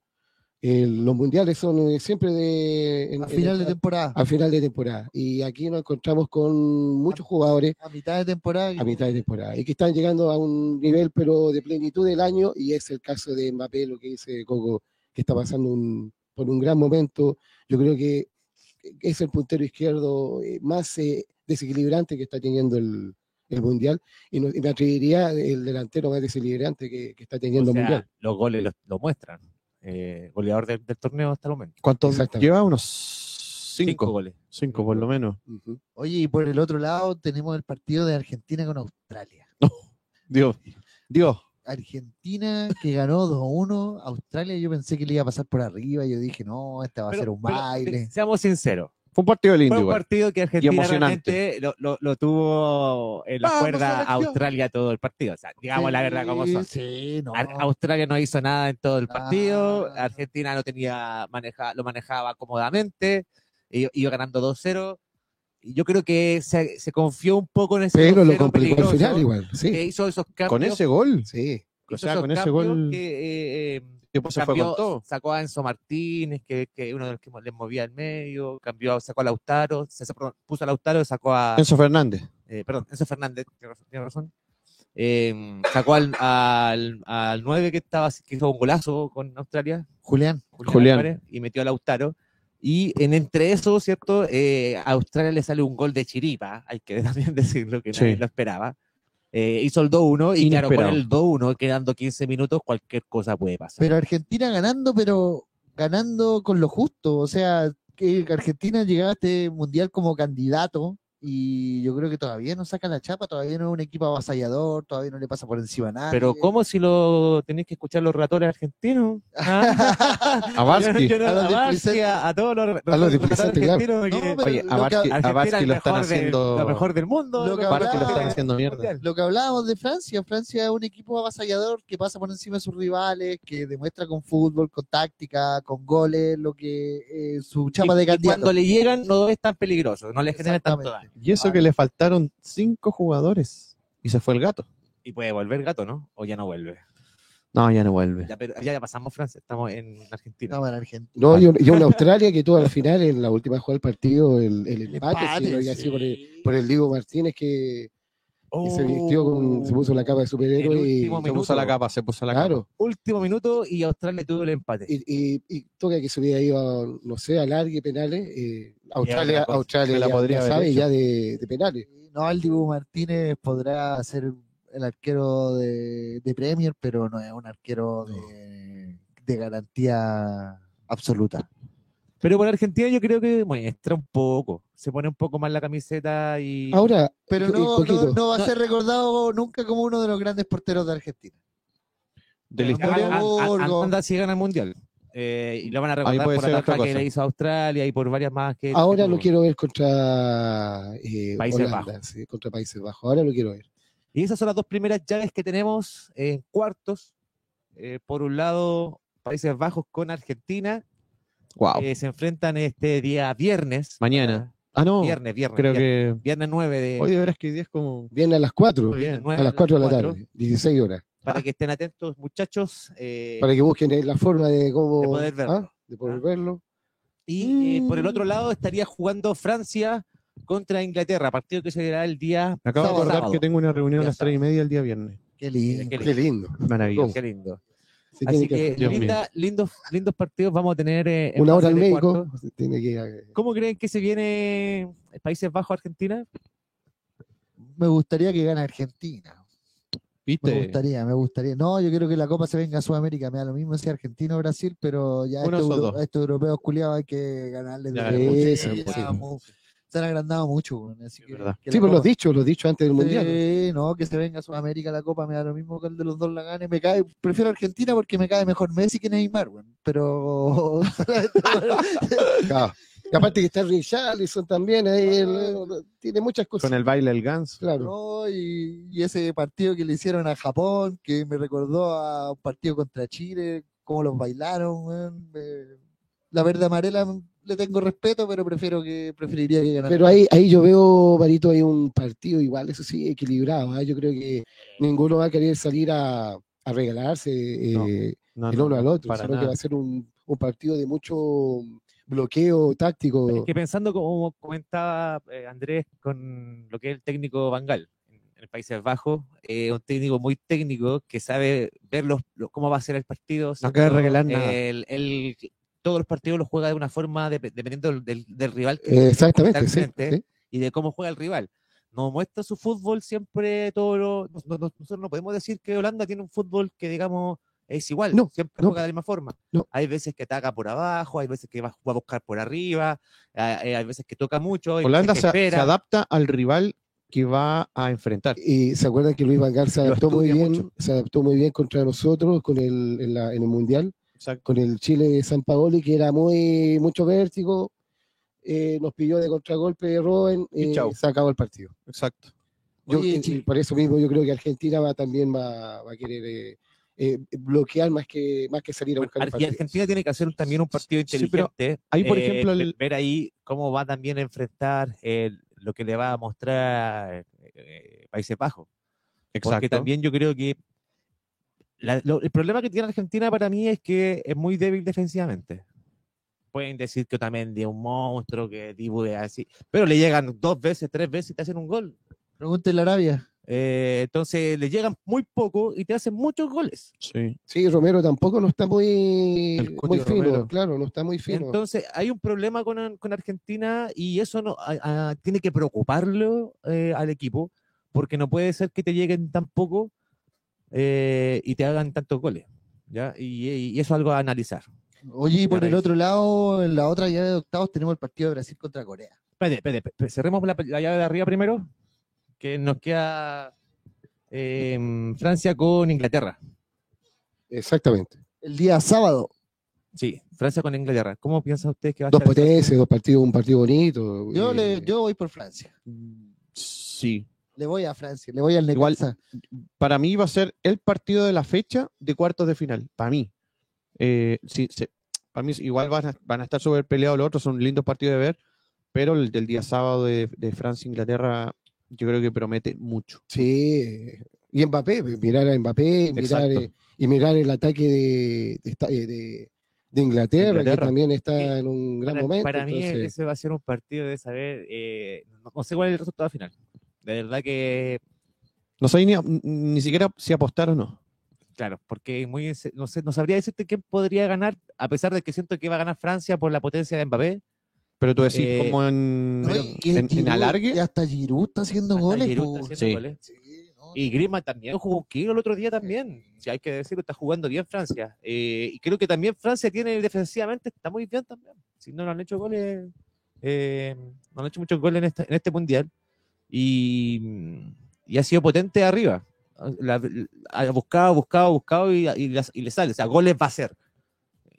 Eh, los mundiales son eh, siempre de, en- a en final de esta- temporada. a final de temporada. Y aquí nos encontramos con muchos jugadores A mitad de temporada. a mitad de temporada y que están llegando a un nivel pero de plenitud del año y es el caso de Mbappé, lo que dice Coco, que está pasando un- por un gran momento. Yo creo que es el puntero izquierdo eh, más eh, desequilibrante que está teniendo el, el Mundial y, no- y me atrevería el delantero más desequilibrante que, que está teniendo O el sea, Mundial. los goles los- lo, muestran. Eh, goleador del, del torneo hasta el momento. ¿Cuántos Exactamente. lleva? Unos Cinco, cinco. goles. Cinco, por lo menos. Ujú. Oye, y por el otro lado tenemos el partido de Argentina con Australia. Dios, Dios. Argentina que ganó 2-1, Australia yo pensé que le iba a pasar por arriba, yo dije, no, esta va a Pero- ser un pero, eh, baile. seamos sinceros. Fue un partido lindo Fue un igual. partido que Argentina emocionante. realmente lo, lo- lo tuvo en la Vamos, cuerda a selección. Australia todo el partido. O sea, digamos la verdad como son. Sí, no. Ar- Australia no hizo nada en todo el partido, Ah. Argentina lo tenía maneja, lo manejaba cómodamente, i- iba ganando 2-0. Y Yo creo que se, se confió un poco en ese Pero lo 2-0 complicó al final peligroso, Eh, igual, Que sí. hizo esos cambios. Con ese gol. Sí, O hizo sea, esos con ese cambios gol que, eh, eh, que pues, se fue con cambió- todo. sacó a Enzo Martínez, que, que uno de los que mo- les movía el medio, cambió, a- sacó a Lautaro, se se- puso a Lautaro, sacó a, Enzo Fernández. eh, perdón, Enzo Fernández, tiene razón, tiene razón. Eh, sacó al, al, 9 que estaba, que hizo un golazo con Australia, Julián, Julián. Álvarez, y metió a Lautaro. Y en entre eso, ¿cierto? Eh, a Australia le sale un gol de chiripa, hay que *laughs* también decirlo, que nadie Sí. lo esperaba. Eh, hizo el 2-1 y claro, con Inesperado. el 2-1, quedando 15 minutos, cualquier cosa puede pasar. pero Argentina ganando, pero ganando con lo justo, o sea, que Argentina llegaba a este mundial como candidato y yo creo que todavía no saca la chapa, todavía no es un equipo avasallador, todavía no le pasa por encima a nadie. Pero ¿cómo si lo tenéis que escuchar los relatores argentinos? ¿Ah? A Barsky. Yo no- A los a, Barsky, displicentes. a- a todos los re- A los relatores displicentes, claro. argentinos que- No, pero- Oye, lo a que- Barsky, a Argentina Barsky el lo están mejor del- haciendo. lo mejor del mundo. Lo que lo Barsky mejor lo están del haciendo mierda. mundial. lo que hablábamos de Francia, Francia es un equipo avasallador que pasa por encima de sus rivales, que demuestra con fútbol, con táctica, con goles, lo que eh, su chapa Y- de y cuando candidato. le llegan no es tan peligroso, no le genera tanto Exactamente. daño. Y eso que le faltaron cinco jugadores. Y se fue el gato. Y puede volver gato, ¿no? O ya no vuelve. No, ya no vuelve. Ya, pero- ya, ya pasamos Francia, estamos en Argentina. No, en Argentina. No, y, un- y una Australia que tuvo al final, en la última jugada del partido, el, el empate, sí, lo había sido por, el, por el Diego Martínez que, que Oh. se vistió con, se puso la capa de superhéroe El y, último Se puso minuto. la capa, se puso la claro, Último minuto y Australia tuvo el empate. y, y, y toca que se hubiera ido, a, no sé, alargue penales, eh, Australia, otra cosa, Australia que la ya, podría ya haber sabe hecho. ya de, de penales. No, el Dibu Martínez podrá ser el arquero de, de Premier, pero no es un arquero de, de garantía absoluta. Pero con Argentina yo creo que muestra un poco, se pone un poco más la camiseta y Ahora, Pero y- y no, poquito, no, no va a No. ser recordado nunca como uno de los grandes porteros de Argentina. De la Pero historia. no- Borgo. Anda si gana el mundial. Eh, y lo van a recordar puede por ser la otra tapa que cosa. le hizo a Australia y por varias más que. ahora lo que tuvo. quiero ver contra eh, Países Holanda, Bajos. sí, contra Países Bajos, ahora lo quiero ver. Y esas son las dos primeras llaves que tenemos en cuartos. Eh, por un lado, Países Bajos con Argentina. Wow. eh, se enfrentan este día viernes. Mañana. Ah, no. Viernes, viernes. Creo viernes, que. Viernes 9 de. Hoy de veras que hoy día es como. Viene a las 4, viernes 9 a las 4 de la tarde, 16 horas. Para que estén atentos, muchachos. eh, para que busquen eh, la forma de cómo De poder verlo. ah, de poder Ah. verlo. Y eh, por el otro lado estaría jugando Francia contra Inglaterra, partido que se dará el día Me acabo de sábado. acordar que tengo una reunión a Ya las sábado. 3 y media el día viernes. Qué lindo. Qué Qué lindo. lindo. Maravilloso. Qué lindo. Se Así tiene que, que Dios mío. linda- lindos, lindos partidos vamos a tener. eh, en una fase hora al de médico. cuartos. se tiene que ir a- ¿Cómo creen que se viene Países Bajos Argentina? Me gustaría que gane Argentina. Me ¿Viste? gustaría, me gustaría. No, yo quiero que la Copa se venga a Sudamérica. Me da lo mismo si Argentina o Brasil, pero ya Uno estos, son euro- dos. a estos europeos culiados hay que ganarles. de Ya, la mucho, leche, sí, ya, sí. mu- se han agrandado mucho. weón, así que- verdad. que Sí, pues la por los Copa- dichos, los dichos antes del mundial. Sí, no, que se venga a Sudamérica la Copa. Me da lo mismo que el de los dos la gane. Me cae, prefiero Argentina porque me cae mejor Messi que Neymar, weón, Pero Claro. Y aparte que está Richarlison también, ahí, el- el- tiene muchas cosas. Con el baile del ganso. Claro. No, y, y ese partido que le hicieron a Japón, que me recordó a un partido contra Chile, cómo los bailaron, weón, me- la verde amarela m- le tengo respeto, pero prefiero que preferiría que ganara. Pero ahí, ahí yo veo, Barito, hay un partido igual, eso sí, equilibrado. ¿ah? Yo creo que ninguno va a querer salir a, a regalarse No, eh, No, el no, uno al otro, para sino que nada. va a ser un, un partido de mucho bloqueo Es táctico. que pensando como comentaba eh, Andrés con lo que es el técnico Bangal en Países Bajos, eh, un técnico muy técnico que sabe ver los, lo- cómo va a ser Eh, el partido. No quiere ¿cierto? regalar nada. El- el- todos los partidos los juega de una forma depe- dependiendo del- del, del rival que- Eh, Exactamente, sí, Exactamente. sí. y de cómo juega el rival. No muestra su fútbol siempre todo lo- nos- nos- nosotros no podemos decir que Holanda tiene un fútbol que digamos es igual, No, siempre no, juega de la misma forma. no. Hay veces que ataca por abajo, hay veces que va va a buscar por arriba, ah, eh, hay veces que toca mucho, hay veces Holanda se, que se espera. adapta al rival que va a enfrentar. Y se acuerdan que Luis Van Gaal se Lo adaptó muy estudia bien, mucho. se adaptó muy bien contra nosotros con el, en, la- en el Mundial, Exacto. con el Chile de San Paoli, que era muy mucho vértigo, eh, nos pilló de contragolpe Robin, Y eh, chao. se acabó el partido. Exacto. Yo, eh, Oye, y- y Chile. por eso mismo yo creo que Argentina va también va, va a querer eh, eh, bloquear más que más que salir a Bueno, buscar el Ar- y partido. Argentina tiene que hacer un- también un partido sí, pero inteligente. ahí, por eh, ejemplo, ve- el- ver ahí cómo va también a enfrentar el- lo que le va a mostrar eh, Países Bajos. Porque también yo creo que la- lo- el problema que tiene Argentina para mí es que es muy débil defensivamente. Pueden decir que también de un monstruo, que tipo es así, pero le llegan dos veces, tres veces y te hacen un gol. Pregúntale a Arabia. Eh, entonces le llegan muy poco y te hacen muchos goles. Sí. Sí, Romero tampoco no está muy, El Cuti muy fino, Romero. claro, no está muy fino. Entonces hay un problema con, con Argentina y eso no, a- a- tiene que preocuparlo eh, al equipo, porque no puede ser que te lleguen tan poco eh, y te hagan tantos goles. ¿ya? Y, eh, y eso es algo a analizar. Oye, y por el Arabia. otro lado, en la otra llave de octavos tenemos el partido de Brasil contra Corea. Espérate, espérate, espérate, cerremos la, la llave de arriba primero, que nos queda em, Francia con Inglaterra. Exactamente. El día sábado, Sí, Francia con Inglaterra. ¿Cómo piensan ustedes que va a Dos estar? el- potencias, dos partidos, un partido bonito. yo, eh, le, yo voy por Francia. Sí. Le voy a Francia, le voy al Igual- Necaxa. Para mí va a ser el partido de la fecha de cuartos de final. Para mí. Eh, sí, sí. Para mí igual van a, van a estar sobre peleados los otros. Son lindos partidos de ver. Pero el del día sábado de, de Francia-Inglaterra yo creo que promete mucho. Sí. Y Mbappé, mirar a Mbappé, mirar, Exacto. eh, y mirar el ataque de, de, esta- eh, de- de Inglaterra, Inglaterra. que también Sí. está en un gran para, momento. para mí entonces- ese va a ser un partido de saber, eh, no, no sé cuál es el resultado final. De verdad que, No sé ni, ni siquiera si apostar o no. claro, porque muy, inse- no, sé, no sabría decirte quién podría ganar, a pesar de que siento que va a ganar Francia por la potencia de Mbappé. Pero tú decís Eh, como en, No, y que en, en Giroud- alargue. y hasta Giroud está haciendo Hasta goles. Giroud po. está haciendo Sí. goles. Sí, no, Y Griezmann también jugó un kilo el otro día también. Si hay que decirlo, está jugando bien Francia. Eh, y creo que también Francia tiene defensivamente, está muy bien también. Si no, no han hecho goles, eh, no han hecho muchos goles en, esta- en este mundial. Y, y ha sido potente arriba. La- la- ha buscado, buscado, buscado y, y las- y le sale. O sea, goles va a ser.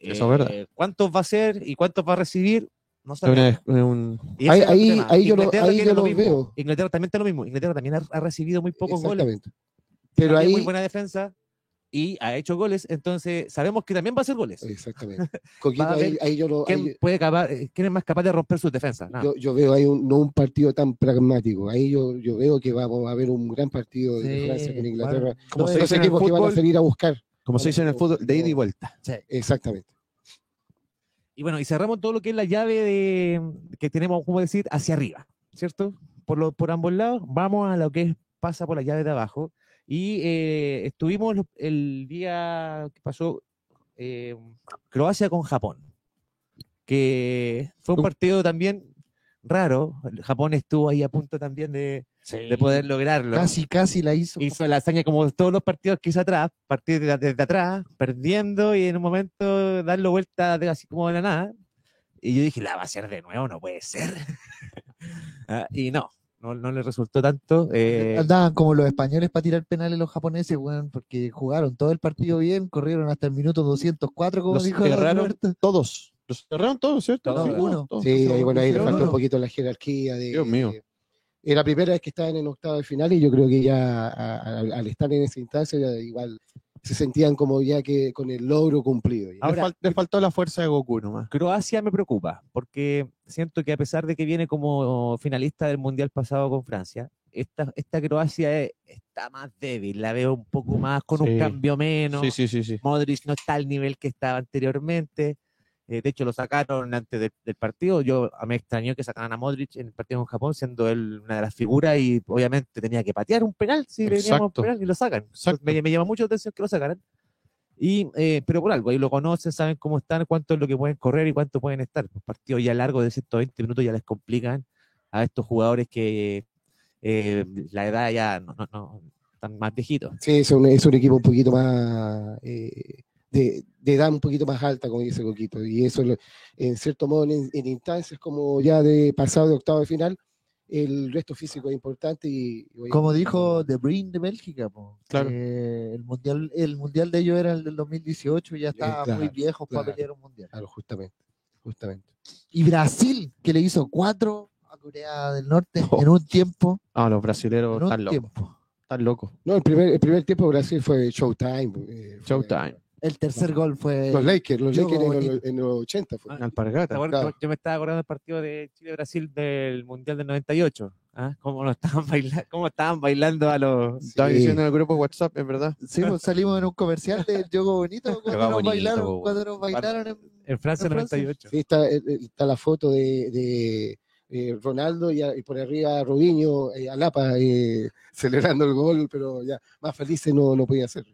Eh, Eso es verdad. ¿Cuántos va a ser y cuántos va a recibir? No Es una- sabemos. es un- Y ese ahí, es el ahí, tema. ahí yo lo, Inglaterra ahí tiene yo lo lo mismo. veo. Inglaterra también está lo mismo. Inglaterra también ha, ha recibido muy pocos goles Exactamente. Pero también ahí, muy buena defensa y ha hecho goles, entonces sabemos que también va a hacer goles. Exactamente. Coquito, Va a ahí, haber- ahí yo lo. ¿Quién, ahí puede acabar, eh, quién es más capaz de romper sus defensas? Nada. yo, yo veo ahí un, no un partido tan pragmático. Ahí yo, yo veo que vamos a haber un gran partido de Sí, Francia con bueno, Inglaterra. como no se es- Los dice en el equipos que van a fútbol, salir a buscar. como se dice en el fútbol, de ida y vuelta. Exactamente. Y bueno, y cerramos todo lo que es la llave de, que tenemos, como decir, hacia arriba, ¿cierto? Por, lo, por ambos lados, vamos a lo que es- pasa por la llave de abajo. Y eh, estuvimos lo- el día que pasó eh, Croacia con Japón, que fue un Un- partido también raro. Japón estuvo ahí a punto también de, de poder lograrlo. Casi, casi la hizo. hizo la hazaña como todos los partidos que hizo atrás, partir de- desde atrás, perdiendo y en un momento darlo vuelta de así como de la nada. Y yo dije, la va a hacer de nuevo, no puede ser. *laughs* Ah, y no, no, no le resultó tanto. eh, Andaban como los españoles para tirar penales los japoneses, weón, porque jugaron todo el partido bien, corrieron hasta el minuto 204, como Los dijo erraron Roberto. Todos. Los cerraron todos, ¿cierto? Todos. Sí, Uno. todos. Sí, ahí, bueno, ahí le Pero faltó bueno. un poquito la jerarquía. De, Dios mío. Es la primera vez que estaban en octavo de final y yo creo que ya a- a- al estar en esa instancia ya igual se sentían como ya que con el logro cumplido. ya. Ahora- le, fal- le faltó la fuerza de Goku nomás. Croacia me preocupa, porque siento que a pesar de que viene como finalista del Mundial pasado con Francia, esta, esta Croacia es- está más débil, la veo un poco más con Sí. un cambio menos. Sí, sí, sí, sí. Modric no está al nivel que estaba anteriormente. eh, de hecho, lo sacaron antes del, del partido. Yo a- me extrañó que sacaran a Modric en el partido con Japón, siendo él una de las figuras y obviamente tenía que patear un penal si le teníamos un Exacto. penal y lo sacan. Entonces, Exacto. Me, me llama mucho la atención que lo sacaran. Y, eh, pero por algo, ahí lo conocen, saben cómo están, cuánto es lo que pueden correr y cuánto pueden estar. Los partidos ya largos de 120 minutos ya les complican a estos jugadores que eh, la edad ya no, no- no- están más viejitos. Sí, es un, es un equipo un poquito más eh, de, de edad un poquito más alta, como dice Coquito. Y eso, lo- en cierto modo, en, en instancias como ya de pasado de octavo de final, el resto físico es importante. Y, y Como dijo The Bruyne de Bélgica, po, Claro. que el, mundial, el mundial de ellos era el del 2018 y ya estaba muy claro, viejo claro. para pelear un mundial. Claro, justamente, justamente. Y Brasil, que le hizo cuatro a Corea del Norte Oh. en un tiempo. Ah, los En brasileros un están locos. tiempo. Están locos. No, el primer, el primer tiempo Brasil fue Showtime. eh, fue- Showtime. El tercer gol fue. Los Lakers, los Yo Lakers como en, bonito. los, en los 80 fue. Ah, ¿Te Alpargata. acuerdas? claro. Yo- Yo me estaba acordando del partido de Chile-Brasil del Mundial del 98. ¿ah? ¿Cómo, lo estaban *laughs* bailando, ¿Cómo estaban bailando a los... Estaba Sí. diciendo en el grupo WhatsApp, es verdad. Sí, pues, salimos en un comercial de Yogo Bonito cuando nos Bonito, bailaron, po, cuando nos bailaron en- En Francia En Francia. 98. Sí, está, eh, eh, está la foto de, de, eh, Ronaldo y, a- y por arriba Robinho, eh, Alapa, eh, *laughs* celebrando el gol, pero ya más felices no, no podía ser.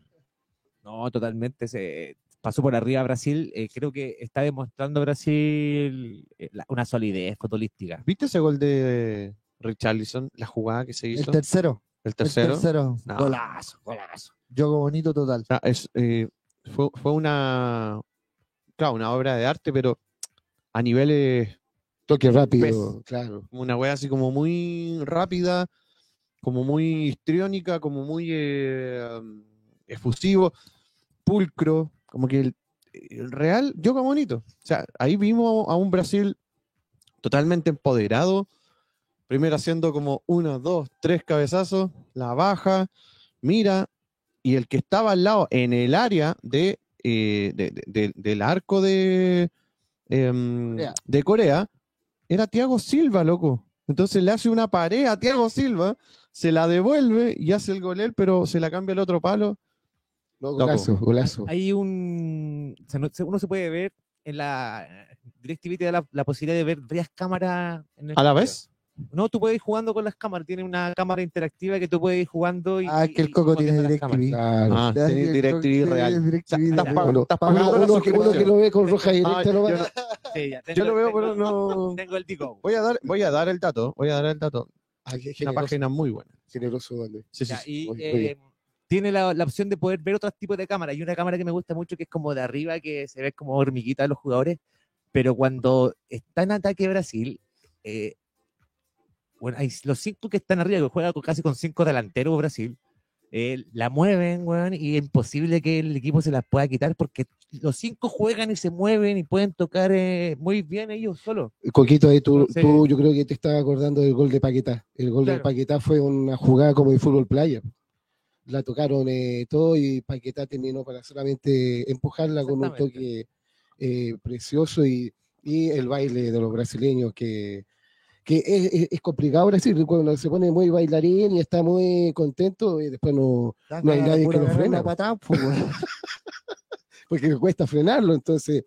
No, totalmente. Se pasó por arriba Brasil. Eh, creo que está demostrando Brasil eh, la- una solidez futbolística. ¿Viste ese gol de Richarlison? La jugada que se el hizo. El, tercero. tercero. El tercero. No. Golazo, golazo. Yogo Bonito total. O sea, es, eh, fue, fue una. Claro, una obra de arte, pero a niveles. Toque rápido, claro. Una wea así como muy rápida, como muy histriónica, como muy eh, um, efusivo, pulcro. Como que el, el real yoga bonito. O sea, ahí vimos a un Brasil totalmente empoderado. Primero haciendo como uno, dos, tres cabezazos, la baja, mira, y el que estaba al lado en el área de, eh, de- de- de- del arco de, em, Corea. de Corea era Thiago Silva, loco. Entonces le hace una pared a Thiago Silva, se la devuelve y hace el golel, pero se la cambia al otro palo. No, Loco. golazo, golazo. Hay un... se no- se- Uno se puede ver en la... DirecTV te da la, la posibilidad de ver varias cámaras. en el A la partido. vez, No, tú puedes ir jugando con las cámaras. Tiene una cámara interactiva que tú puedes ir jugando y... Ah, y- que el y coco moviendo tiene las cámaras. DirecTV. Claro. Ah, Ya, tenés que- DirecTV que- real. DirecTV estás real. pagando- Bueno, estás uno, pagando la uno que, uno suscripción. que lo ve con roja directa Ah, no va yo a- Sí, ya Yo lo tengo- veo, tengo- pero no. Tengo el Digo. Voy a dar, voy a dar el dato, voy a dar el dato. Ah, qué Una generoso, página muy buena. generoso, Andrés. Sí, sí, Ya, sí. y muy- muy bien. eh, tiene la, la opción de poder ver otros tipos de cámaras. Hay una cámara que me gusta mucho que es como de arriba, que se ve como hormiguita de los jugadores. Pero cuando está en ataque Brasil, eh, bueno, hay los cinco que están arriba, que juega con- casi con cinco delanteros Brasil, eh, la mueven, weón, y es imposible que el equipo se las pueda quitar porque los cinco juegan y se mueven y pueden tocar eh, muy bien ellos solos. Coquito, ahí tú, Entonces- tú yo creo que te estás acordando del gol de Paquetá. El gol de Claro. Paquetá fue una jugada como de fútbol playa. La tocaron eh, todo y Paquetá terminó para solamente empujarla con un toque Exactamente. eh, precioso y, y el baile de los brasileños que, que es, es- es complicado Brasil cuando se pone muy bailarín y está muy contento y después no, No hay nadie que lo frene. Una patada, po, weón. porque cuesta frenarlo. Entonces,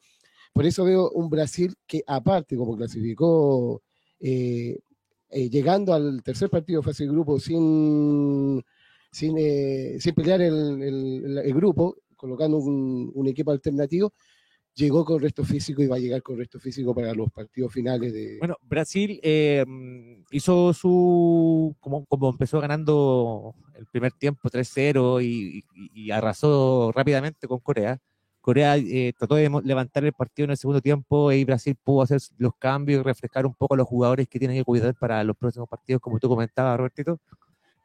por eso veo un Brasil que aparte, como clasificó, eh, eh, llegando al tercer partido de fase de grupo sin, sin, eh, sin pelear el, el- el grupo, colocando un, un equipo alternativo, llegó con resto físico y va a llegar con resto físico para los partidos finales de... Bueno, Brasil eh, mm, hizo su. Como, como empezó ganando el primer tiempo 3-0 y, y- y arrasó rápidamente con Corea. Corea eh, trató de mo- levantar el partido en el segundo tiempo y Brasil pudo hacer los cambios y refrescar un poco a los jugadores que tienen que cuidar para los próximos partidos, como tú comentabas, Robertito.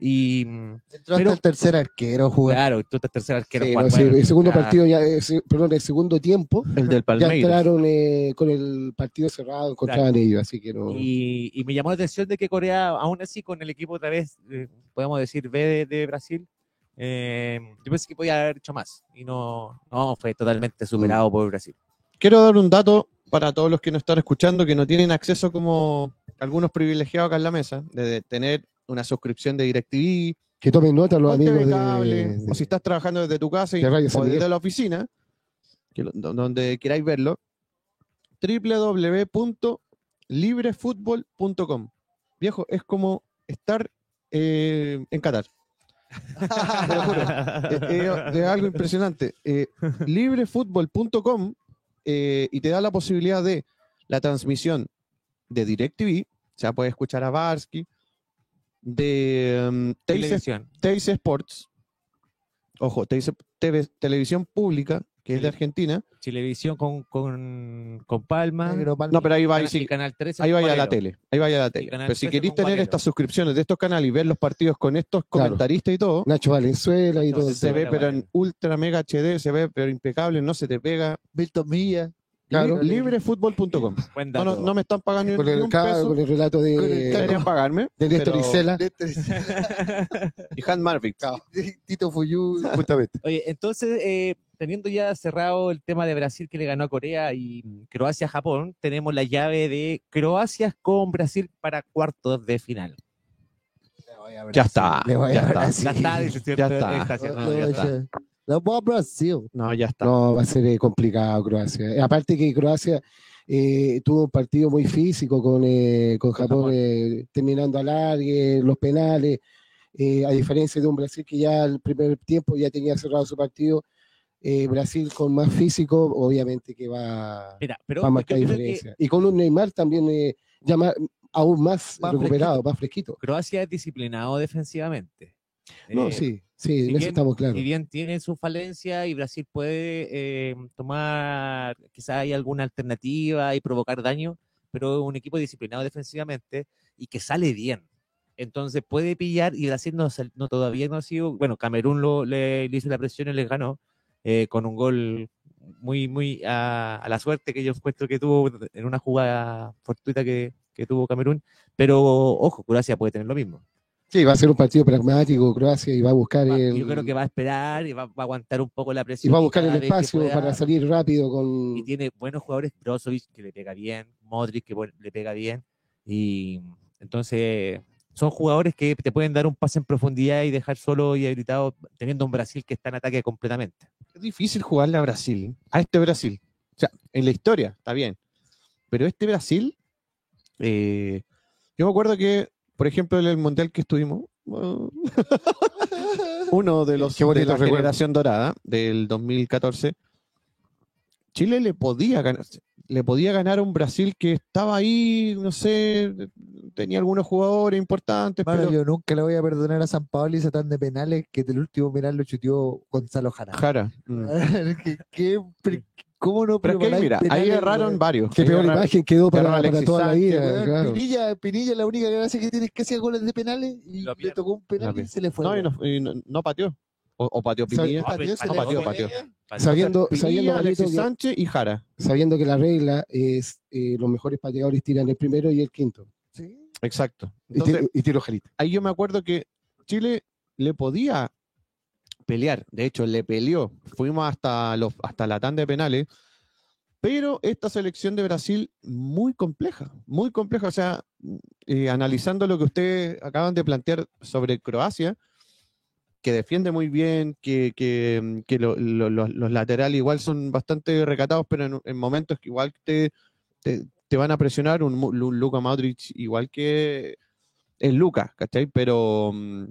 Y mm, Entró hasta Pero- el tercer arquero jugar. claro, tú estás tercer arquero. Sí, Juan, no, sí, bueno, el segundo ya- partido, ya, eh, se- perdón, el segundo tiempo, El *laughs* del ya Palmeiras. entraron eh, con el partido cerrado, encontraban ellos, así que no... Y, y me llamó la atención de que Corea, aún así, con el equipo otra vez, eh, podemos decir B de, de Brasil, Eh, yo pensé que podía haber hecho más y no, no fue totalmente superado por Brasil. Quiero dar un dato para todos los que nos están escuchando que no tienen acceso como algunos privilegiados acá en la mesa, de tener una suscripción de DirecTV, Que tomen nota los Ponte amigos de, de cable, de- o si estás trabajando desde tu casa y, de Radio San o desde Miguel. la oficina, que lo- do- donde queráis verlo, www.librefutbol.com. Viejo, es como estar eh, en Qatar. *laughs* Te lo juro. *laughs* Eh, eh, *laughs* de algo impresionante. Eh, librefutbol.com eh, y te da la posibilidad de la transmisión de DirecTV, o sea, puedes escuchar a Barsky, de um, Teis Televisión. Teis Sports, ojo, Teis TV Televisión Pública, que es de Tele- Argentina. Televisión con, con, con Palma. Negro Palma. No, pero ahí va, Canal- sí, y Canal 13 ahí con va ya la Valero. tele. Ahí va ya la tele. Canal Pero si 13 queréis con tener Valero. estas suscripciones de estos canales y ver los partidos con estos Claro. comentaristas y todo, Nacho Valenzuela y No, todo se- eso. se ve Bueno, pero bueno. en ultra mega HD, se ve pero impecable, no se te pega. Milton Milla. Claro. Li- Librefutbol.com. Buen No, dato. no, no me están pagando ni Con un el, ca- peso. con el relato de, con el Deberían *laughs* pagarme. de Néstor pero- Isela. *laughs* Y Han Marvick. Tito Fuyú. Justamente. Oye, entonces, eh, teniendo ya cerrado el tema de Brasil que le ganó a Corea y Croacia-Japón, tenemos la llave de Croacia con Brasil para cuartos de final. Ya está. Le voy a Ya está. Brasil. Ya está, dice, ¿cierto? Ya está. cierto, Le no, ya voy a- está. Le voy a Brasil. No, ya está. No, va a ser eh, complicado Croacia. Eh, Aparte que Croacia eh, tuvo un partido muy físico con, eh, con Japón, Japón. eh, terminando alargue, los penales, eh, a diferencia de un Brasil que ya el primer tiempo ya tenía cerrado su partido. eh, Brasil con más físico, obviamente que va, Mira, pero va a yo marcar creo que diferencia. Y con un Neymar también eh, ya ma- aún más, Más recuperado, más fresquito. Croacia es disciplinado defensivamente. no, Eh, sí, sí, si en eso bien- estamos claros. Si bien tiene su falencia y Brasil puede eh, tomar, quizás hay alguna alternativa y provocar daño, pero es un equipo disciplinado defensivamente y que sale bien. Entonces puede pillar y Brasil no, sal- no- todavía no ha sido, bueno, Camerún lo, le, le hizo la presión y les ganó eh, con un gol muy, muy a, a la suerte que yo encuentro que tuvo en una jugada fortuita que, que tuvo Camerún, pero ojo, Croacia puede tener lo mismo. Sí, va a ser un partido pragmático Croacia y va a buscar Va- el, yo creo que va a esperar y va, va a aguantar un poco la y presión. va a buscar el cada vez que espacio pueda. para salir rápido con Y tiene buenos jugadores, Brozovic que le pega bien, Modric que buen- le pega bien. Y entonces son jugadores que te pueden dar un pase en profundidad y dejar solo y habilitado teniendo un Brasil que está en ataque completamente. Es difícil jugarle a Brasil, a este Brasil. O sea, en la historia, está bien. Pero este Brasil, eh, yo me acuerdo que, por ejemplo, en el Mundial que estuvimos, *laughs* bueno, uno de los Qué de bonito la recuerdo. generación dorada del 2014, Chile le podía ganar, le podía ganar a un Brasil que estaba ahí, no sé, tenía algunos jugadores importantes, Mano, pero yo nunca le voy a perdonar a San Pablo y tan de penales que el último penal lo chuteó Gonzalo Jara. *laughs* Jara. mm. ¿Qué- qué pre- ¿Cómo no Pero es que ahí, preparáis mira, ahí penales, erraron weón? varios. eh, qué Ahí peor erraron- imagen quedó para, Error para Alexis toda la Sánchez, vida, Weón, claro. Pinilla, Pinilla, la única gracia que tiene es que hacía goles de penales y Lo le pierde. tocó un Lo penal y pierde. se le fue. No, y weón. no, y no- no pateó. O, o pateó Sabe- Pinilla. Ah, pero se no, le pateó, fue. pateó. Sabiendo, Pinilla, sabiendo, Marito, Alexis que- Sánchez y Jara. sabiendo que la regla es eh, los mejores pateadores tiran el primero y el quinto. Sí. Exacto. Y Entonces, tiro- y tiro Jarito. ahí yo me acuerdo que Chile le podía pelear. De hecho, le peleó. Fuimos hasta, los, hasta la tanda de penales. Pero esta selección de Brasil, muy compleja, muy compleja. O sea, eh, analizando lo que ustedes acaban de plantear sobre Croacia, que defiende muy bien, que, que, mm, que lo- lo- lo- los laterales igual son bastante recatados, pero en, en momentos que igual te, te, te van a presionar, un, Mu- Lu- Luka Modric igual que el Lucas, ¿cachai? Pero mm,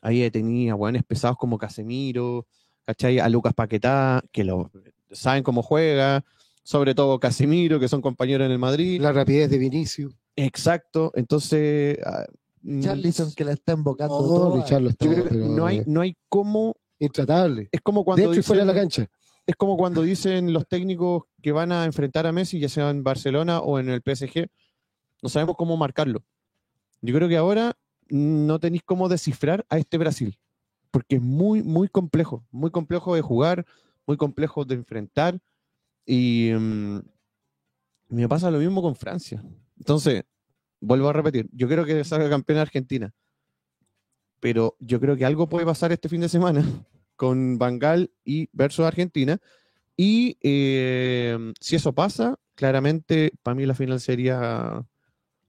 ahí tenía hueones pesados como Casemiro, ¿cachai? A Lucas Paquetá, que lo saben cómo juega, sobre todo Casemiro, que son compañeros en el Madrid. La rapidez de Vinicius. Exacto, entonces... ah, mm, Charlison que la está embocando. Oh, toda. Richarlison yo está, creo que pero, no hay, eh, no hay cómo. Intratable. Es como De cuando hecho, y fuera de la dicen- cancha. es como cuando dicen los técnicos que van a enfrentar a Messi, ya sea en Barcelona o en el PSG, no sabemos cómo marcarlo. Yo creo que ahora no tenéis cómo descifrar a este Brasil, porque es muy, muy complejo, muy complejo de jugar, muy complejo de enfrentar, y mm, me pasa lo mismo con Francia. Entonces, vuelvo a repetir, yo creo que salga campeona Argentina, pero yo creo que algo puede pasar este fin de semana *laughs* con Bangal y versus Argentina. Y eh, si eso pasa, claramente para mí la final sería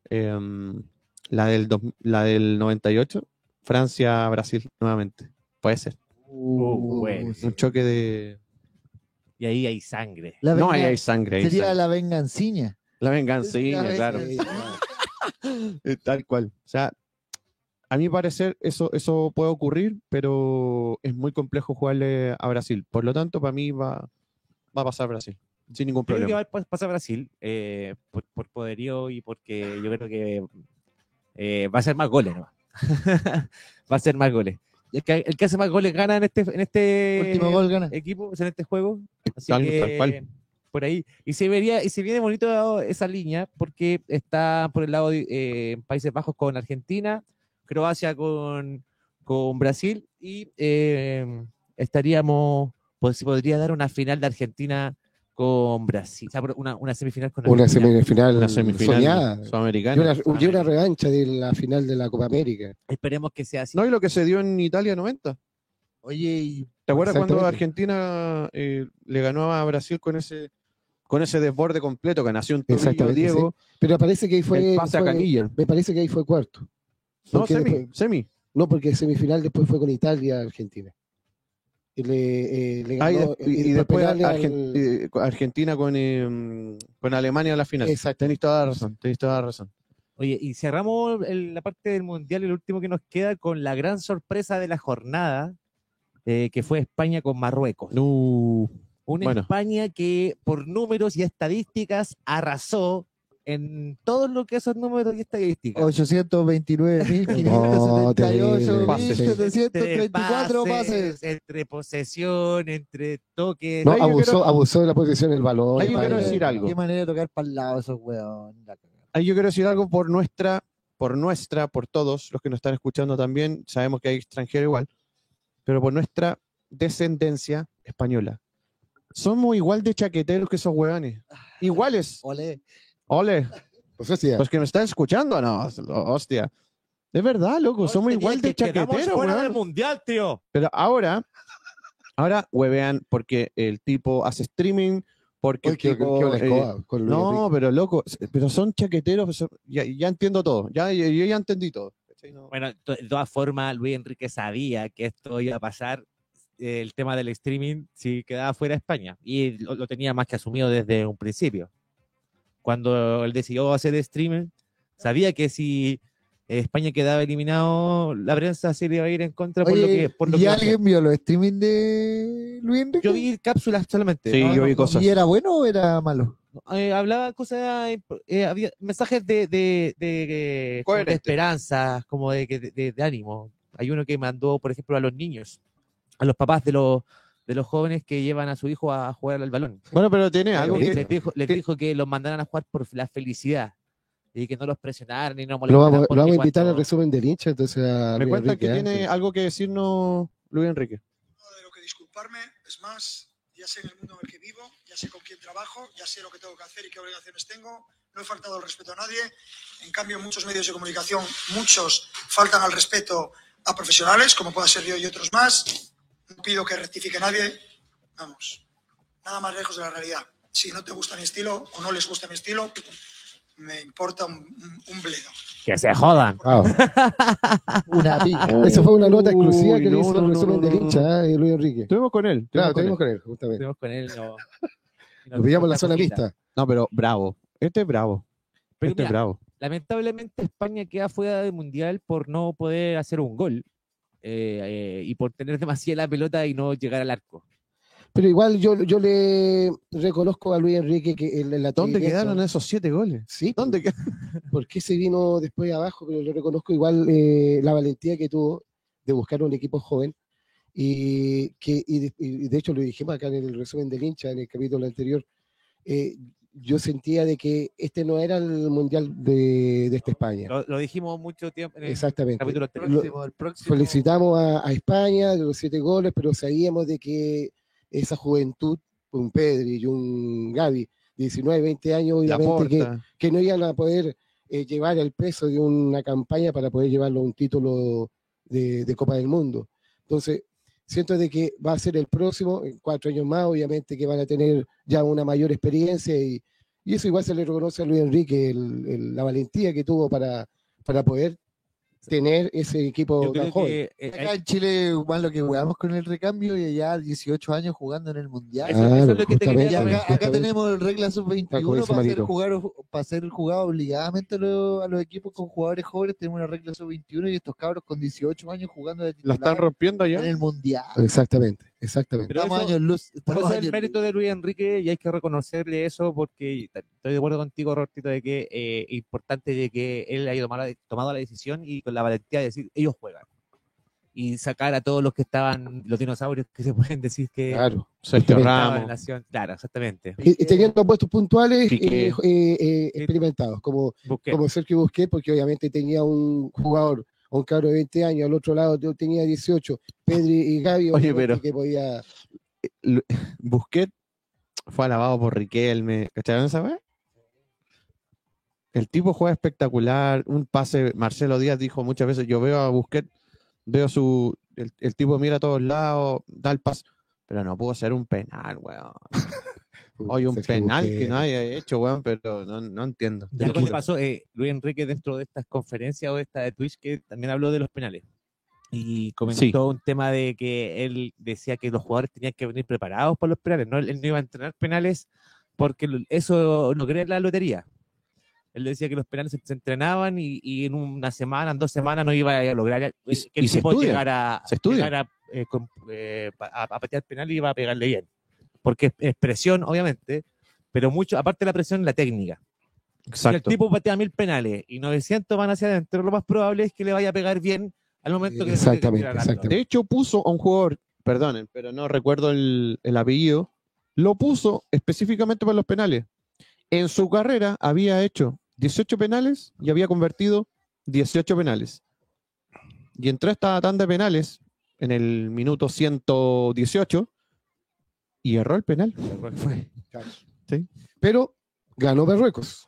em, la, del dos- la del 98, Francia-Brasil nuevamente. Puede ser. Uh, bueno. Un choque de... Y ahí hay sangre. La no, ahí venga- hay sangre. ahí hay sería sangre. la venganciña. La venganza, La claro. venganza. Eh, Eh, Tal cual. O sea, a mi parecer eso, eso puede ocurrir, pero es muy complejo jugarle a Brasil. Por lo tanto, para mí va, va a pasar Brasil, sin ningún Creo que problema. va a pas- pasar Brasil eh, por, por poderío y porque yo creo que eh, va a ser más goles, ¿no? *laughs* va a ser más goles. Y el, que, el que hace más goles gana en este, en este Eh, Último gol gana. equipo, en este juego. Así Tal- que, tal cual. Por ahí. Y se vería, y se viene bonito esa línea porque está por el lado de eh, Países Bajos con Argentina, Croacia con, con Brasil y eh, estaríamos, pues se podría dar una final de Argentina con Brasil, o sea, pero una, una semifinal con Una Argentina. semifinal, La semifinal soñada. Y sudamericana. una, y una revancha de la final de la Copa América. Esperemos que sea así. No, y lo que se dio en Italia 90. Oye, y ¿Te acuerdas cuando Exactamente. Argentina eh, le ganó a Brasil con ese con ese desborde completo que nació un tobillo Exactamente, Diego, Pero parece que ahí fue. el pase a fue- Canilla. me parece que ahí fue cuarto. No, Porque semi, después- semi. no, porque semifinal después fue con Italia, Argentina. Y le, eh, le Ah, y, ganó, des- y- y por después penales al- Argen- eh, Argentina con, eh, con Alemania en la final. Exacto. Tenéis toda la razón, tenéis toda la razón. Oye, y cerramos el- la parte del Mundial, el último que nos queda, con la gran sorpresa de la jornada, eh, que fue España con Marruecos. No. Una Bueno. España que por números y estadísticas arrasó en todo lo que son números y estadísticas. 829.578.734 *laughs* No, Entre pases. Entre posesión, entre toques. No, Ahí yo abusó, quiero- abusó de la posición del balón. Ahí yo para- quiero decir algo. Qué manera de tocar para el lado esos weón. La cagada. Ahí yo quiero decir algo por nuestra, por nuestra, por todos los que nos están escuchando también. Sabemos que hay extranjeros igual, pero por nuestra descendencia española. Somos igual de chaqueteros que esos hueones. Iguales. Olé. Ole, O sea, sí, los que nos están escuchando, no, hostia. De verdad, loco, somos igual de chaqueteros, fuera del weón. mundial, tío. Pero ahora, ahora huevean porque el tipo hace streaming, porque Uy, el qué- qué tipo, buena eh, escoba con Luis No, Enrique. pero loco, s- pero son chaqueteros, pues, son- ya, ya entiendo todo, ya, ya- yo ya entendí todo. ¿cachai? No. Bueno, to- de todas formas, Luis Enrique sabía que esto iba a pasar, eh, el tema del streaming, si quedaba fuera España. Y lo, lo tenía más que asumido desde un principio. Cuando él decidió hacer streaming, sabía que si España quedaba eliminado, la prensa se le iba a ir en contra por lo Oye, que... Por lo ¿Y que alguien vio los streaming de Luis Enrique? Yo vi cápsulas solamente. Sí, No, yo no, vi cosas. ¿Y era bueno o era malo? eh, hablaba cosas, eh, eh, había mensajes de, de, de, como de Coherente. esperanza, como de, que- de- de ánimo. Hay uno que mandó, por ejemplo, a los niños, a los papás de los, de los jóvenes que llevan a su hijo a jugar al balón. Bueno, pero tiene Ah, algo Les, que les dijo, les que- dijo que los mandaran a jugar por la felicidad y que no los presionaran ni no Lo molestaran. vamos, lo porque vamos a invitar al cuando- resumen del hincha, entonces a me Luis cuentan que Enrique, ¿eh? tiene algo que decirnos Luis Enrique. de lo que disculparme, es más, ya sé en el mundo en el que vivo, ya sé con quién trabajo, ya sé lo que tengo que hacer y qué obligaciones tengo, no he faltado al respeto a nadie, en cambio muchos medios de comunicación, muchos faltan al respeto a profesionales, como pueda ser yo y otros más, no pido que rectifique nadie, vamos, nada más lejos de la realidad. Si no te gusta mi estilo o no les gusta mi estilo, me importa un, un- un bledo. Que se jodan. *laughs* Ah, Una pica. Esa fue una nota exclusiva Uy, que le no, hizo no, el no, resumen no, del no. hincha, ¿eh? de Luis Enrique. Estuvimos con él. Claro, estuvimos con él. tenemos que leer, justamente. Estuvimos con él. no- y nos Nos dijo la una zona cosita. mixta. No, pero bravo. Este es bravo. Pero este es mira, bravo. lamentablemente España queda fuera del Mundial por no poder hacer un gol eh, eh, y por tener *laughs* demasiada la pelota y no llegar al arco. Pero igual yo, yo le reconozco a Luis Enrique que el, el ¿Dónde atrevimiento- quedaron esos siete goles? Sí, ¿Dónde quedaron? porque se vino después abajo, pero le reconozco igual eh, la valentía que tuvo de buscar un equipo joven. Y, que, y de, y de hecho lo dijimos acá en el resumen del hincha, en el capítulo anterior, eh, yo sentía de que este no era el mundial de, de esta España. Lo, lo dijimos mucho tiempo en el Exactamente. capítulo anterior. Lo- el próximo. felicitamos a, a España de los siete goles, pero sabíamos de que esa juventud, un Pedri y un Gavi, 19, 20 años, La obviamente que, porta. que no iban a poder eh, llevar el peso de una campaña para poder llevarlo a un título de, de Copa del Mundo. Entonces, siento de que va a ser el próximo, en cuatro años más, obviamente que van a tener ya una mayor experiencia y, y eso igual se le reconoce a Luis Enrique, el- el- la valentía que tuvo para, para poder tener ese equipo Yo tan creo joven. que eh, Acá eh, en Chile, igual lo que jugamos con el recambio y allá 18 años jugando en el mundial. eso- eso es lo que te justamente, Y quería acá, acá justamente. tenemos regla Ah, como sub-21 dice para ser Marito. jugar, para ser jugado obligadamente a los, a los equipos con jugadores jóvenes. Tenemos una regla sub-21 y estos cabros con 18 años jugando de La están titular rompiendo en allá. el mundial. Exactamente, exactamente. Pero Estamos eso- años luz. Por Estamos eso es el años mérito de Luis Enrique y hay que reconocerle eso porque ta- estoy de acuerdo contigo, Robertito, de que eh, importante de que él haya tomado, la- tomado la decisión y con la valentía de decir, ellos juegan. Y sacar a todos los que estaban, los dinosaurios que se pueden decir que Claro. *laughs* Sergio Justamente. estaban en Ramos. la acción. Claro, exactamente. Y, y teniendo puestos puntuales Piqué. eh, eh, eh, experimentados, como, Busqué. como Sergio Busqué, porque obviamente tenía un jugador, a un cabro de 20 años, al otro lado yo tenía 18, Pedri y Gaby, Oye, obviamente pero- que podía... Busquets fue alabado por Riquelme. ¿Cacharon esa vez? El tipo juega espectacular. Un pase. Marcelo Díaz dijo muchas veces: Yo veo a Busquets, veo su. El, el tipo mira a todos lados, da el pase. Pero no pudo ser un penal, weón. Oye, un Sergio penal Busqué. que no haya hecho, weón, pero no, no entiendo. Ya lo que pasó, eh, Luis Enrique dentro de estas conferencias o de esta de Twitch que también habló de los penales y comentó Sí. un tema de que él decía que los jugadores tenían que venir preparados para los penales, no él él no iba a entrenar penales porque lo- eso no crea la lotería. Él decía que los penales se se entrenaban y, y en una semana, en dos semanas no iba a lograr eh, Y se- que el y se tipo estudia, llegara, se estudia. llegara, eh, con- eh, pa- a, a patear penal y iba a pegarle bien. Porque es- es presión, obviamente, pero mucho, aparte de la presión, la técnica. Si el Exacto. tipo patea mil penales y 900 van hacia adentro, lo más probable es que le vaya a pegar bien al momento que le toque Exactamente, tirar al arco. exactamente. De hecho, puso a un jugador, perdonen, pero no recuerdo el, el apellido, lo puso específicamente para los penales. En su carrera había hecho 18 penales y había convertido 18 penales. Y entró esta tanda de penales en el minuto 118 y erró el penal. Pero ganó Marruecos,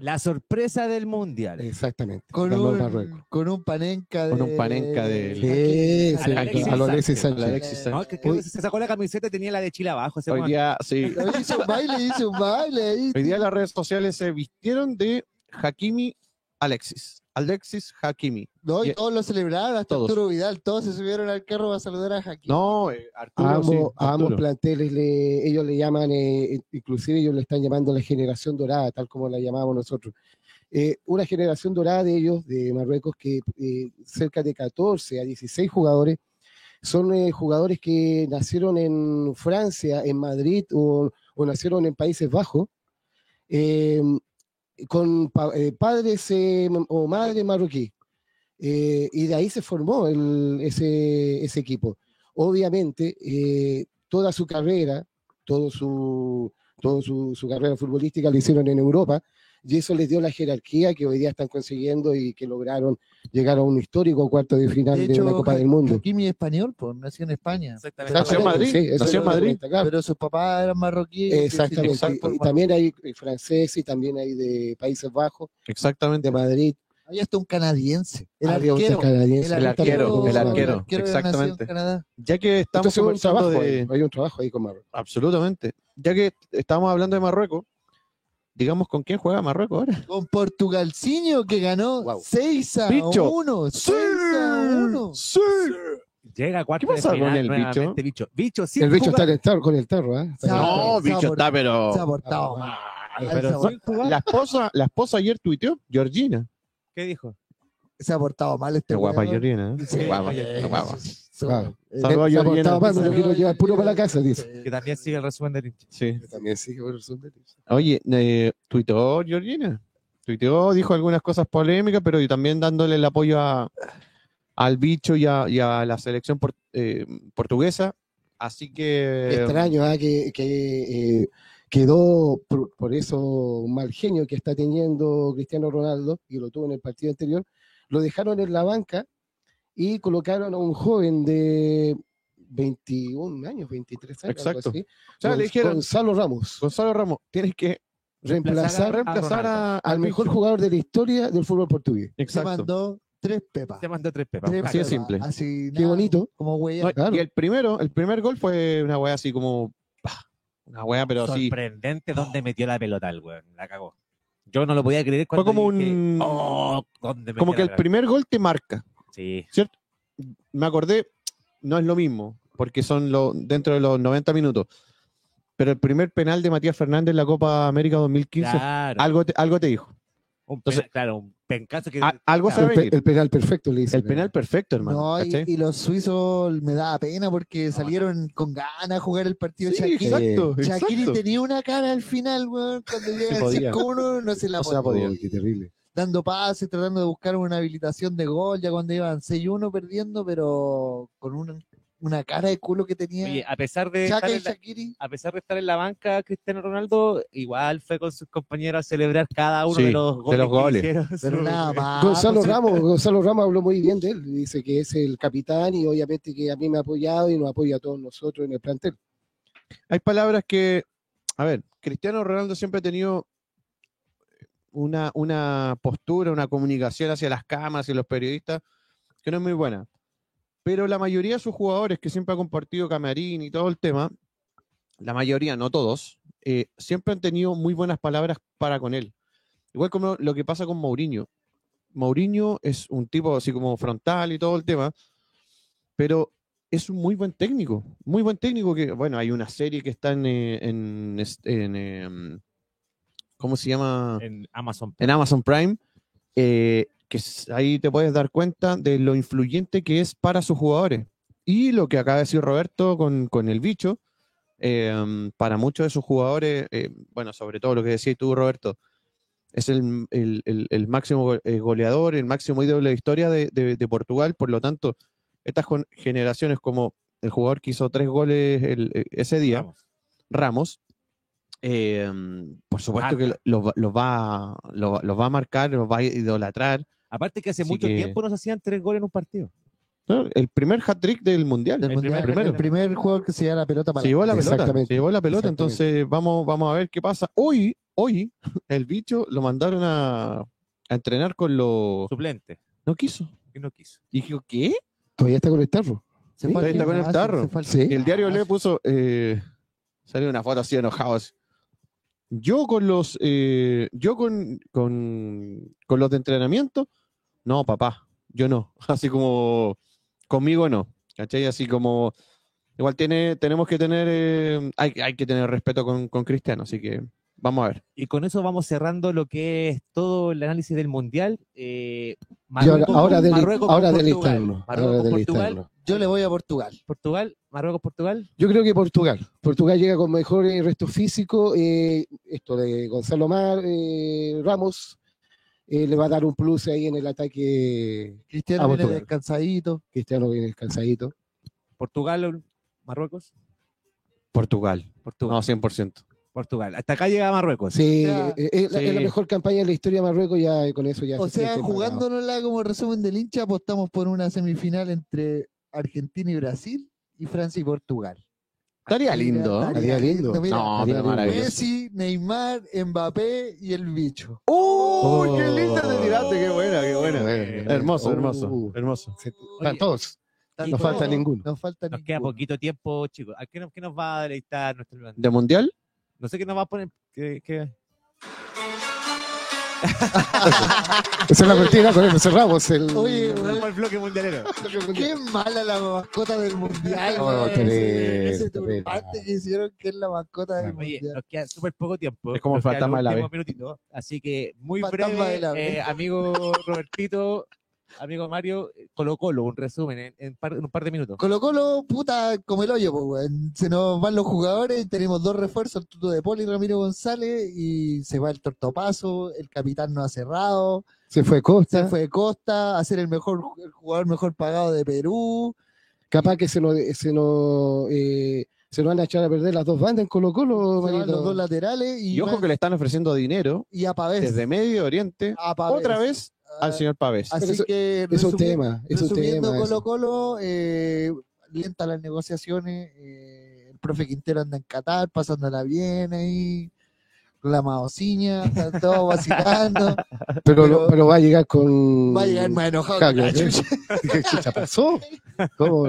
La sorpresa del mundial. exactamente. Con ganó un, Marruecos. con un panenca de. Con un panenca de- Sí, sí, Alexis a lo Alexis Sánchez. Sánchez. Alexis Sánchez. No, que, que se sacó la camiseta y tenía la de Chile abajo. ese Hoy weón. día, *laughs* sí, Oye, Hizo un baile, hizo un baile ahí. hoy día las redes sociales se vistieron de Hakimi Alexis. Alexis Hakimi. No, y Ya- todos lo celebraron, hasta Todos. Arturo Vidal, todos se subieron al carro a saludar a Jaquín. No, eh, Arturo. A ambos, sí, a ambos Arturo. planteles le- ellos le llaman, eh, inclusive ellos le están llamando la generación dorada, tal como la llamábamos nosotros. Eh, una generación dorada de ellos, de Marruecos, que eh, cerca de 14 a 16 jugadores son eh, jugadores que nacieron en Francia, en Madrid o, o nacieron en Países Bajos, eh, con pa- eh, padres eh, o madres marroquí. Eh, y de ahí se formó el- ese, ese equipo obviamente eh, toda su carrera, todo su, todo su, su carrera futbolística la hicieron en Europa y eso les dio la jerarquía que hoy día están consiguiendo y que lograron llegar a un histórico cuarto de final de, una Copa del Mundo. Hakimi es español, pues, nació en España. *laughs* Exactamente. Nació en Madrid, Sí, eso nació en lo Madrid. comenta, claro. Pero sus papás eran marroquíes. Exactamente. entonces, Y- Y exacto. también hay francés y también hay de Países Bajos, Exactamente. de Madrid. Ahí está un canadiense. El había un arquero. canadiense. el arquero, el Entonces, arquero, de la Nación exactamente. Canadá. Ya que estamos hay un trabajo, eh. conversando ahí, de, hay un trabajo ahí con Marruecos. Absolutamente. Ya que estamos hablando de Marruecos, digamos con quién juega Marruecos ahora. Con Portugalciño que ganó Wow. 6 a Bicho. 1. 6 a 1. ¡Sí! Llega a cuarto ¿Qué pasa de final con el nuevamente, bicho? Bicho, sin El bicho está, jugar. en el tarro- con el tarro, ¿eh? Está con el tarro. No, Sabor- bicho está, pero. Se ha portado mal. mal, Se ha Oh. pero- portado- La esposa, la esposa ayer tuiteó, Georgina. ¿Qué dijo? Se ha portado mal este Qué guapa weón. Georgina. ¿eh? Sí, guapa, sí, qué guapa. Claro. sí, sí. Saludos a Se ha portado mal, Georgina. pero lo quiero llevar puro para la casa, *laughs* dice. Eh, Que también sigue el resumen del hincha. Sí. También sí, que por el sur de- Oye, eh, tuiteó Georgina. Tuiteó, dijo algunas cosas polémicas, pero también dándole el apoyo a- al bicho y a, y a la selección por- eh, portuguesa. Así que. extraño ah, que, que, eh, quedó por, por eso un mal genio que está teniendo Cristiano Ronaldo y lo tuvo en el partido anterior lo dejaron en la banca y colocaron a un joven de 21 años 23 años algo Exacto. así, O sea, le Gon- dijeron, Gonzalo Ramos Gonzalo Ramos, tienes que reemplazar reemplazar Ronaldo. a- al mejor jugador de la historia del fútbol portugués Se Exacto. mandó Tres pepas. Se manda tres pepas. Tres Así de pepas, Claro. simple. Así, Qué nada, bonito. Como No, huella. claro. Y el primero, el primer gol fue una weá así como. pa, Una weá, pero así. Sorprendente dónde metió la pelota el weón. La cagó. Yo no lo podía creer Fue cuando como dije, un. "Oh, ¿dónde metió Como que la el pelota?". primer gol te marca. Sí. Me acordé, no es lo mismo, porque son lo, dentro de los 90 minutos. Pero el primer penal de Matías Fernández en la Copa América 2015, Claro. algo, te, algo te dijo. un entonces- Ah, pena- claro, un pencazo que. A- algo Claro. El, se pe- venir. el penal perfecto le hice. El penal perfecto, hermano. No, y, ¿cachai? y los suizos me daba pena porque salieron con ganas a jugar el partido de Sí, Shakiri. exacto, Shakiri exacto. tenía una cara al final, weón. Cuando llega el podía. 5-1 no se la No se la ponía. podía. Uy, qué terrible. Dando pases, tratando de buscar una habilitación de gol, ya cuando iban 6-1 perdiendo, pero con una, una cara de culo que tenía. Oye, a pesar de. estar Chaka y en la- Shakiri. a pesar de estar en la banca, Cristiano Ronaldo igual fue con sus compañeros a celebrar cada uno Sí, de los de goles. los que goles. hicieron. *laughs* Pero eh, nada Ah, más. Gonzalo pues, Ramos, Gonzalo Ramos habló muy bien de él. Dice que es el capitán y obviamente que a mí me ha apoyado y nos apoya a todos nosotros en el plantel. hay palabras que, a ver, Cristiano Ronaldo siempre ha tenido una, una postura, una comunicación hacia las cámaras y los periodistas que no es muy buena. Pero la mayoría de sus jugadores que siempre ha compartido camarín y todo el tema, la mayoría, no todos, eh, siempre han tenido muy buenas palabras para con él. Igual como lo que pasa con Mourinho. Mourinho es un tipo así como frontal y todo el tema, pero es un muy buen técnico, muy buen técnico que, bueno, hay una serie que está en, eh, en, es- en, em, ¿cómo se llama? En Amazon. En Amazon Prime, eh, que s- ahí te puedes dar cuenta de lo influyente que es para sus jugadores. Y lo que acaba de decir Roberto con, con el bicho, em, para muchos de sus jugadores, eh, bueno, sobre todo lo que decías tú, Roberto, es el, el- el- el máximo go- eh, goleador, el máximo ídolo de la historia de, de- de Portugal. Por lo tanto, estas gen- generaciones como el jugador que hizo tres goles el- eh, ese día, Vamos. Ramos, eh, por supuesto que Marca. los, va- los va, los, va- los va a marcar, los va a idolatrar. Aparte que hace Así mucho que- tiempo nos hacían tres goles en un partido. ¿no? El primer hat-trick del Mundial. del El Mundial. primer- El primer jugador que se lleva la pelota para Se llevó la pelota, se Exactamente, llevó la pelota, exactamente. entonces vamos, vamos a ver qué pasa. Hoy, hoy, *laughs* el bicho lo mandaron a, a entrenar con los... Suplente. No quiso. Que no quiso. Y dijo, ¿qué? Todavía está con el tarro. Se Sí, fue al ahí está con el gimnasio, tarro. se fue al Sí. Y el diario Le gimnasio. puso, eh, salió una foto así enojados. Yo con los, eh, yo con, con, con los de entrenamiento, no, papá, yo no. *laughs* Así como, conmigo no. ¿Cachai? Así como, igual tiene, tenemos que tener, eh, hay, hay que tener respeto con, con Cristiano, así que vamos a ver. Y con eso vamos cerrando lo que es todo el análisis del Mundial. Eh, Y ahora, Marruecos- ahora del, Marruecos ahora con del Portugal. interno. Marruecos Ahora con del Portugal. interno. Yo le voy a Portugal. Portugal, Marruecos, Portugal. Yo creo que Portugal. Portugal llega con mejor eh, resto físico. eh, esto de Gonzalo Mar, eh, Ramos, eh, le va a dar un plus ahí en el ataque Cristiano Ah, A viene Portugal. descansadito. cristiano bien descansadito. Portugal, Marruecos, Portugal, Portugal. no, 100%. Portugal. Hasta acá llega Marruecos. Sí, sea, eh, es, la, es la sí. mejor campaña de la historia de Marruecos, ya eh, con eso ya O se sea, siente pagado. jugándonosla como resumen del hincha, apostamos por una semifinal entre Argentina y Brasil y Francia y Portugal. Estaría lindo. ¿no? Estaría lindo. Mira, No, estaría pero lindo. maravilloso. Messi, Neymar, Mbappé y el bicho. ¡Uy, qué linda te tiraste! ¡Qué buena, qué buena! Bueno, eh, Hermoso, uh, hermoso, hermoso. se- Oye, todos. Está no todo, falta ninguno. No falta Nos queda ninguno. poquito tiempo, chicos. ¿A qué nos, qué nos va a deleitar nuestro Iván? ¿De Mundial? No sé qué nos va a poner. ¿Qué, qué? Esa es la cortina, con eso cerramos el. Oye, Nos vamos al bloque mundialero. *laughs* Qué mala la mascota del mundial. No, güey. qué ese, bien, ese qué bien. turbante que hicieron que es la mascota del Oye, mundial. nos queda súper poco tiempo. Es como Nos queda fantasma el de la último minutito. Así que muy Fantasma de la breve, vez. eh, amigo Robertito, amigo Mario, Colo Colo, un resumen en, en par- en un par de *laughs* minutos. Colo Colo, puta, como el hoyo, pues, weón. Se nos van los jugadores, tenemos dos refuerzos, el Tuto de Poli, Ramiro González, y se va el tortopaso, el capitán no ha cerrado, Se fue se Costa. fue Costa a ser el mejor el jugador mejor pagado de Perú. Capaz que se nos, se nos, eh, se nos van a echar a perder las dos bandas en Colo-Colo, Se van manito. los dos laterales y, Y ojo van- que le están ofreciendo dinero y a Pavés. desde Medio Oriente A Pavés. otra vez Ah, al señor Pavés. Así Pero eso- que Es un resumiendo- tema, es un Resumiendo, tema. eso. Colo Colo, eh, lenta las negociaciones, eh, el profe Quintero anda en Qatar, pasándola bien ahí, la maociña, están *laughs* todos vacilando. Pero, Pero- pero va a llegar con. Va a llegar más enojado. Claro, que la claro. chucha. ¿Qué chucha pasó? ¿Cómo?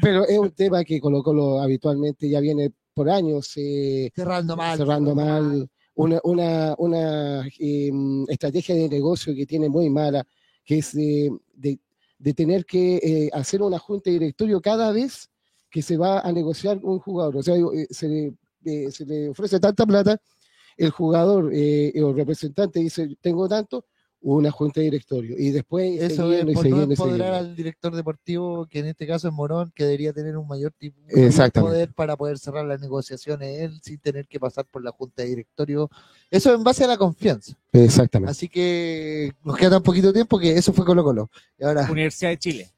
Pero es un tema que Colo Colo habitualmente ya viene por años eh, Cerrando mal. cerrando mal. Una, una, una eh, estrategia de negocio que tiene muy mala, que es eh, de, de tener que eh, hacer una junta de directorio cada vez que se va a negociar un jugador. O sea, eh, se le, eh, se le ofrece tanta plata, el jugador eh, o representante dice, tengo tanto, una junta de directorio. Y después Eso es siguiendo y por no siguiendo y empoderar siguiendo. al director deportivo, que en este caso es Morón, que debería tener un mayor tipo Exactamente. poder para poder cerrar las negociaciones él sin tener que pasar por la junta de directorio. Eso en base a la confianza. Exactamente. Así que nos queda tan poquito tiempo que eso fue Colo Colo. Y ahora Universidad de Chile.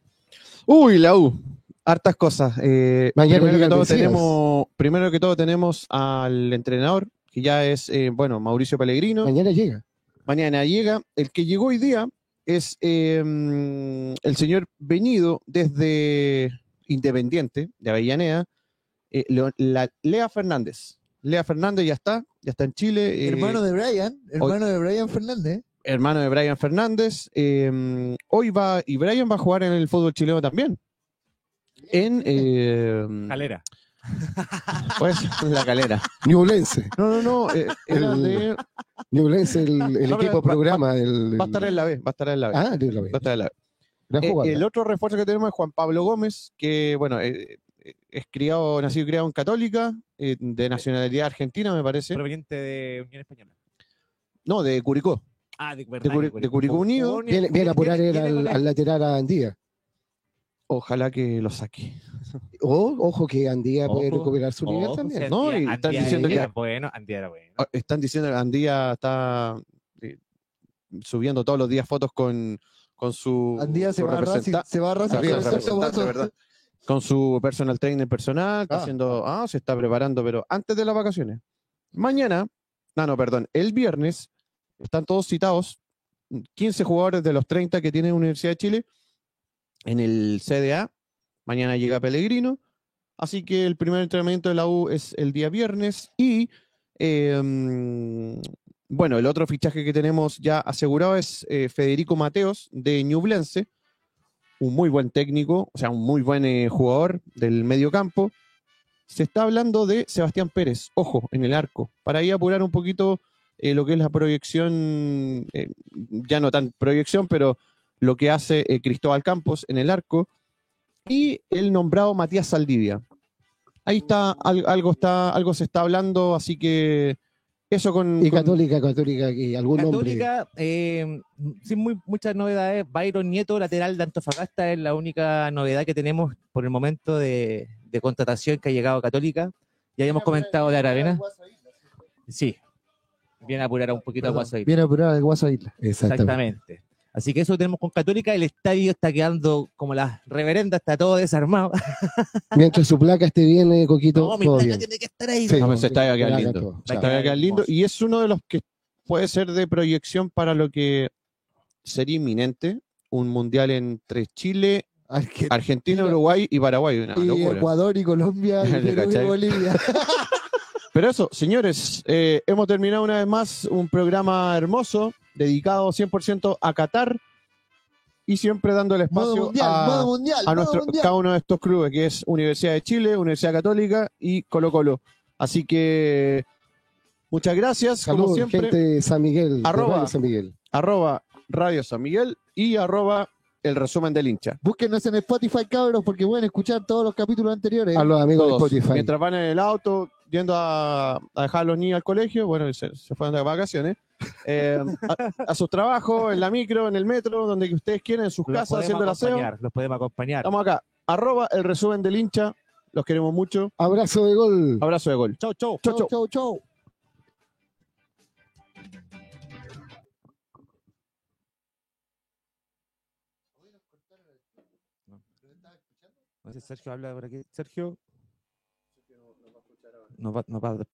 Uy, la U. Hartas cosas. Eh, Mañana primero, llega que el todo Vencidas. tenemos, primero que todo tenemos al entrenador, que ya es, eh, bueno, Mauricio Pellegrino. Mañana llega. Mañana llega. El que llegó hoy día es eh, el señor Venido desde Independiente, de Avellaneda, eh, Leo- la- Lea Fernández. Lea Fernández ya está, ya está en Chile. eh, hermano de Brian, hermano de Brian Fernández. hermano de Brian Fernández. eh, hoy va, y Brian va a jugar en el fútbol chileno también. En eh, Calera. *laughs* pues, en la calera. Ñublense. No, no, no. *laughs* eh, era El- de- Ñublense, el, el No, pero equipo va- programa. del va a estar en la B, va a estar en la B. Ah, de la B. va a estar en la B. Gran Eh, jugada. el otro refuerzo que tenemos es Juan Pablo Gómez, que bueno, eh, eh, es criado, nacido y criado en Católica, eh, de nacionalidad argentina, me parece. Proveniente de Unión Española. No, de Curicó. Ah, de, De, Curi- de Curicó Unido. Viene, viene a apurar él al, al lateral a Andía. Ojalá que lo saque. O, ojo que Andía puede Ojo, recuperar su nivel también. ¿no? Y están diciendo que que- era bueno, Andía era bueno. Ah, Están diciendo que Andía está eh, subiendo todos los días fotos con, con su, Andía se su va, a Racing, representa- se va a Racing. Arriba, con se el representa, sexto de voto. verdad. con su personal trainer personal, está Ah. haciendo, ah, se está preparando, pero antes de las vacaciones. Mañana, no, no, perdón, el viernes están todos citados, 15 jugadores de los 30 que tiene Universidad de Chile en el CDA. Mañana llega Pellegrino, así que el primer entrenamiento de la U es el día viernes y eh, mm, bueno, el otro fichaje que tenemos ya asegurado es eh, Federico Mateos de Ñublense, un muy buen técnico, o sea, un muy buen eh, jugador del medio campo. Se está hablando de Sebastián Pérez, ojo, en el arco, para ahí apurar un poquito eh, lo que es la proyección, eh, ya no tan proyección, pero lo que hace eh, Cristóbal Campos en el arco, y el nombrado Matías Saldivia. Ahí está, al- algo, está, algo se está hablando, así que eso con... Y con- Católica, Católica, que algún nombre. Católica, eh, sin muy, muchas novedades. Byron Nieto, lateral de Antofagasta, es la única novedad que tenemos por el momento de, de contratación que ha llegado a Católica. Ya habíamos comentado de Aravena. Sí, viene a apurar un poquito a Perdón, Guaso ahí. Viene a apurar el Guaso Isla. Exactamente. Exactamente. Así que eso tenemos con Católica. El estadio está quedando como las reverendas, está todo desarmado. Mientras su placa esté bien, eh, Coquito, *laughs* No, mi todo placa bien. tiene que estar ahí. Sí, No, pero se está placa, quedando lindo. todo. Está Chao. Todavía queda lindo, hermoso. Y es uno de los que puede ser de proyección para lo que sería inminente. Un mundial entre Chile, Argentina, Argentina, Uruguay y Paraguay. Una locura. Ecuador Eh, *laughs* y Colombia y ¿Te Perú y cachai? *laughs* Bolivia. Pero eso, señores, eh, hemos terminado una vez más un programa hermoso dedicado 100% a Qatar y siempre dando el espacio modo mundial, a, modo mundial, a modo nuestro, mundial. cada uno de estos clubes, que es Universidad de Chile, Universidad Católica y Colo Colo. Así que muchas gracias, como Saludos, siempre. gente de San Miguel. de Arroba. Radio San Miguel. arroba Radio San Miguel y arroba el resumen del hincha. Búsquenos en Spotify, cabros, porque pueden escuchar todos los capítulos anteriores. A los amigos Todos. de Spotify. Mientras van en el auto yendo a, a dejar a los niños al colegio, bueno, se, se fueron de vacaciones, *laughs* eh, a, a sus trabajos, en la micro, en el metro, donde ustedes quieran, en sus Los casas, podemos haciendo el aseo. acompañar, Los podemos acompañar. Estamos acá, arroba el resumen del hincha, los queremos mucho. Abrazo de gol. Abrazo de gol. Chau, chau. Chau, chau. chau, chau, chau. No sé, Sergio habla por aquí. Sergio. No va, no va a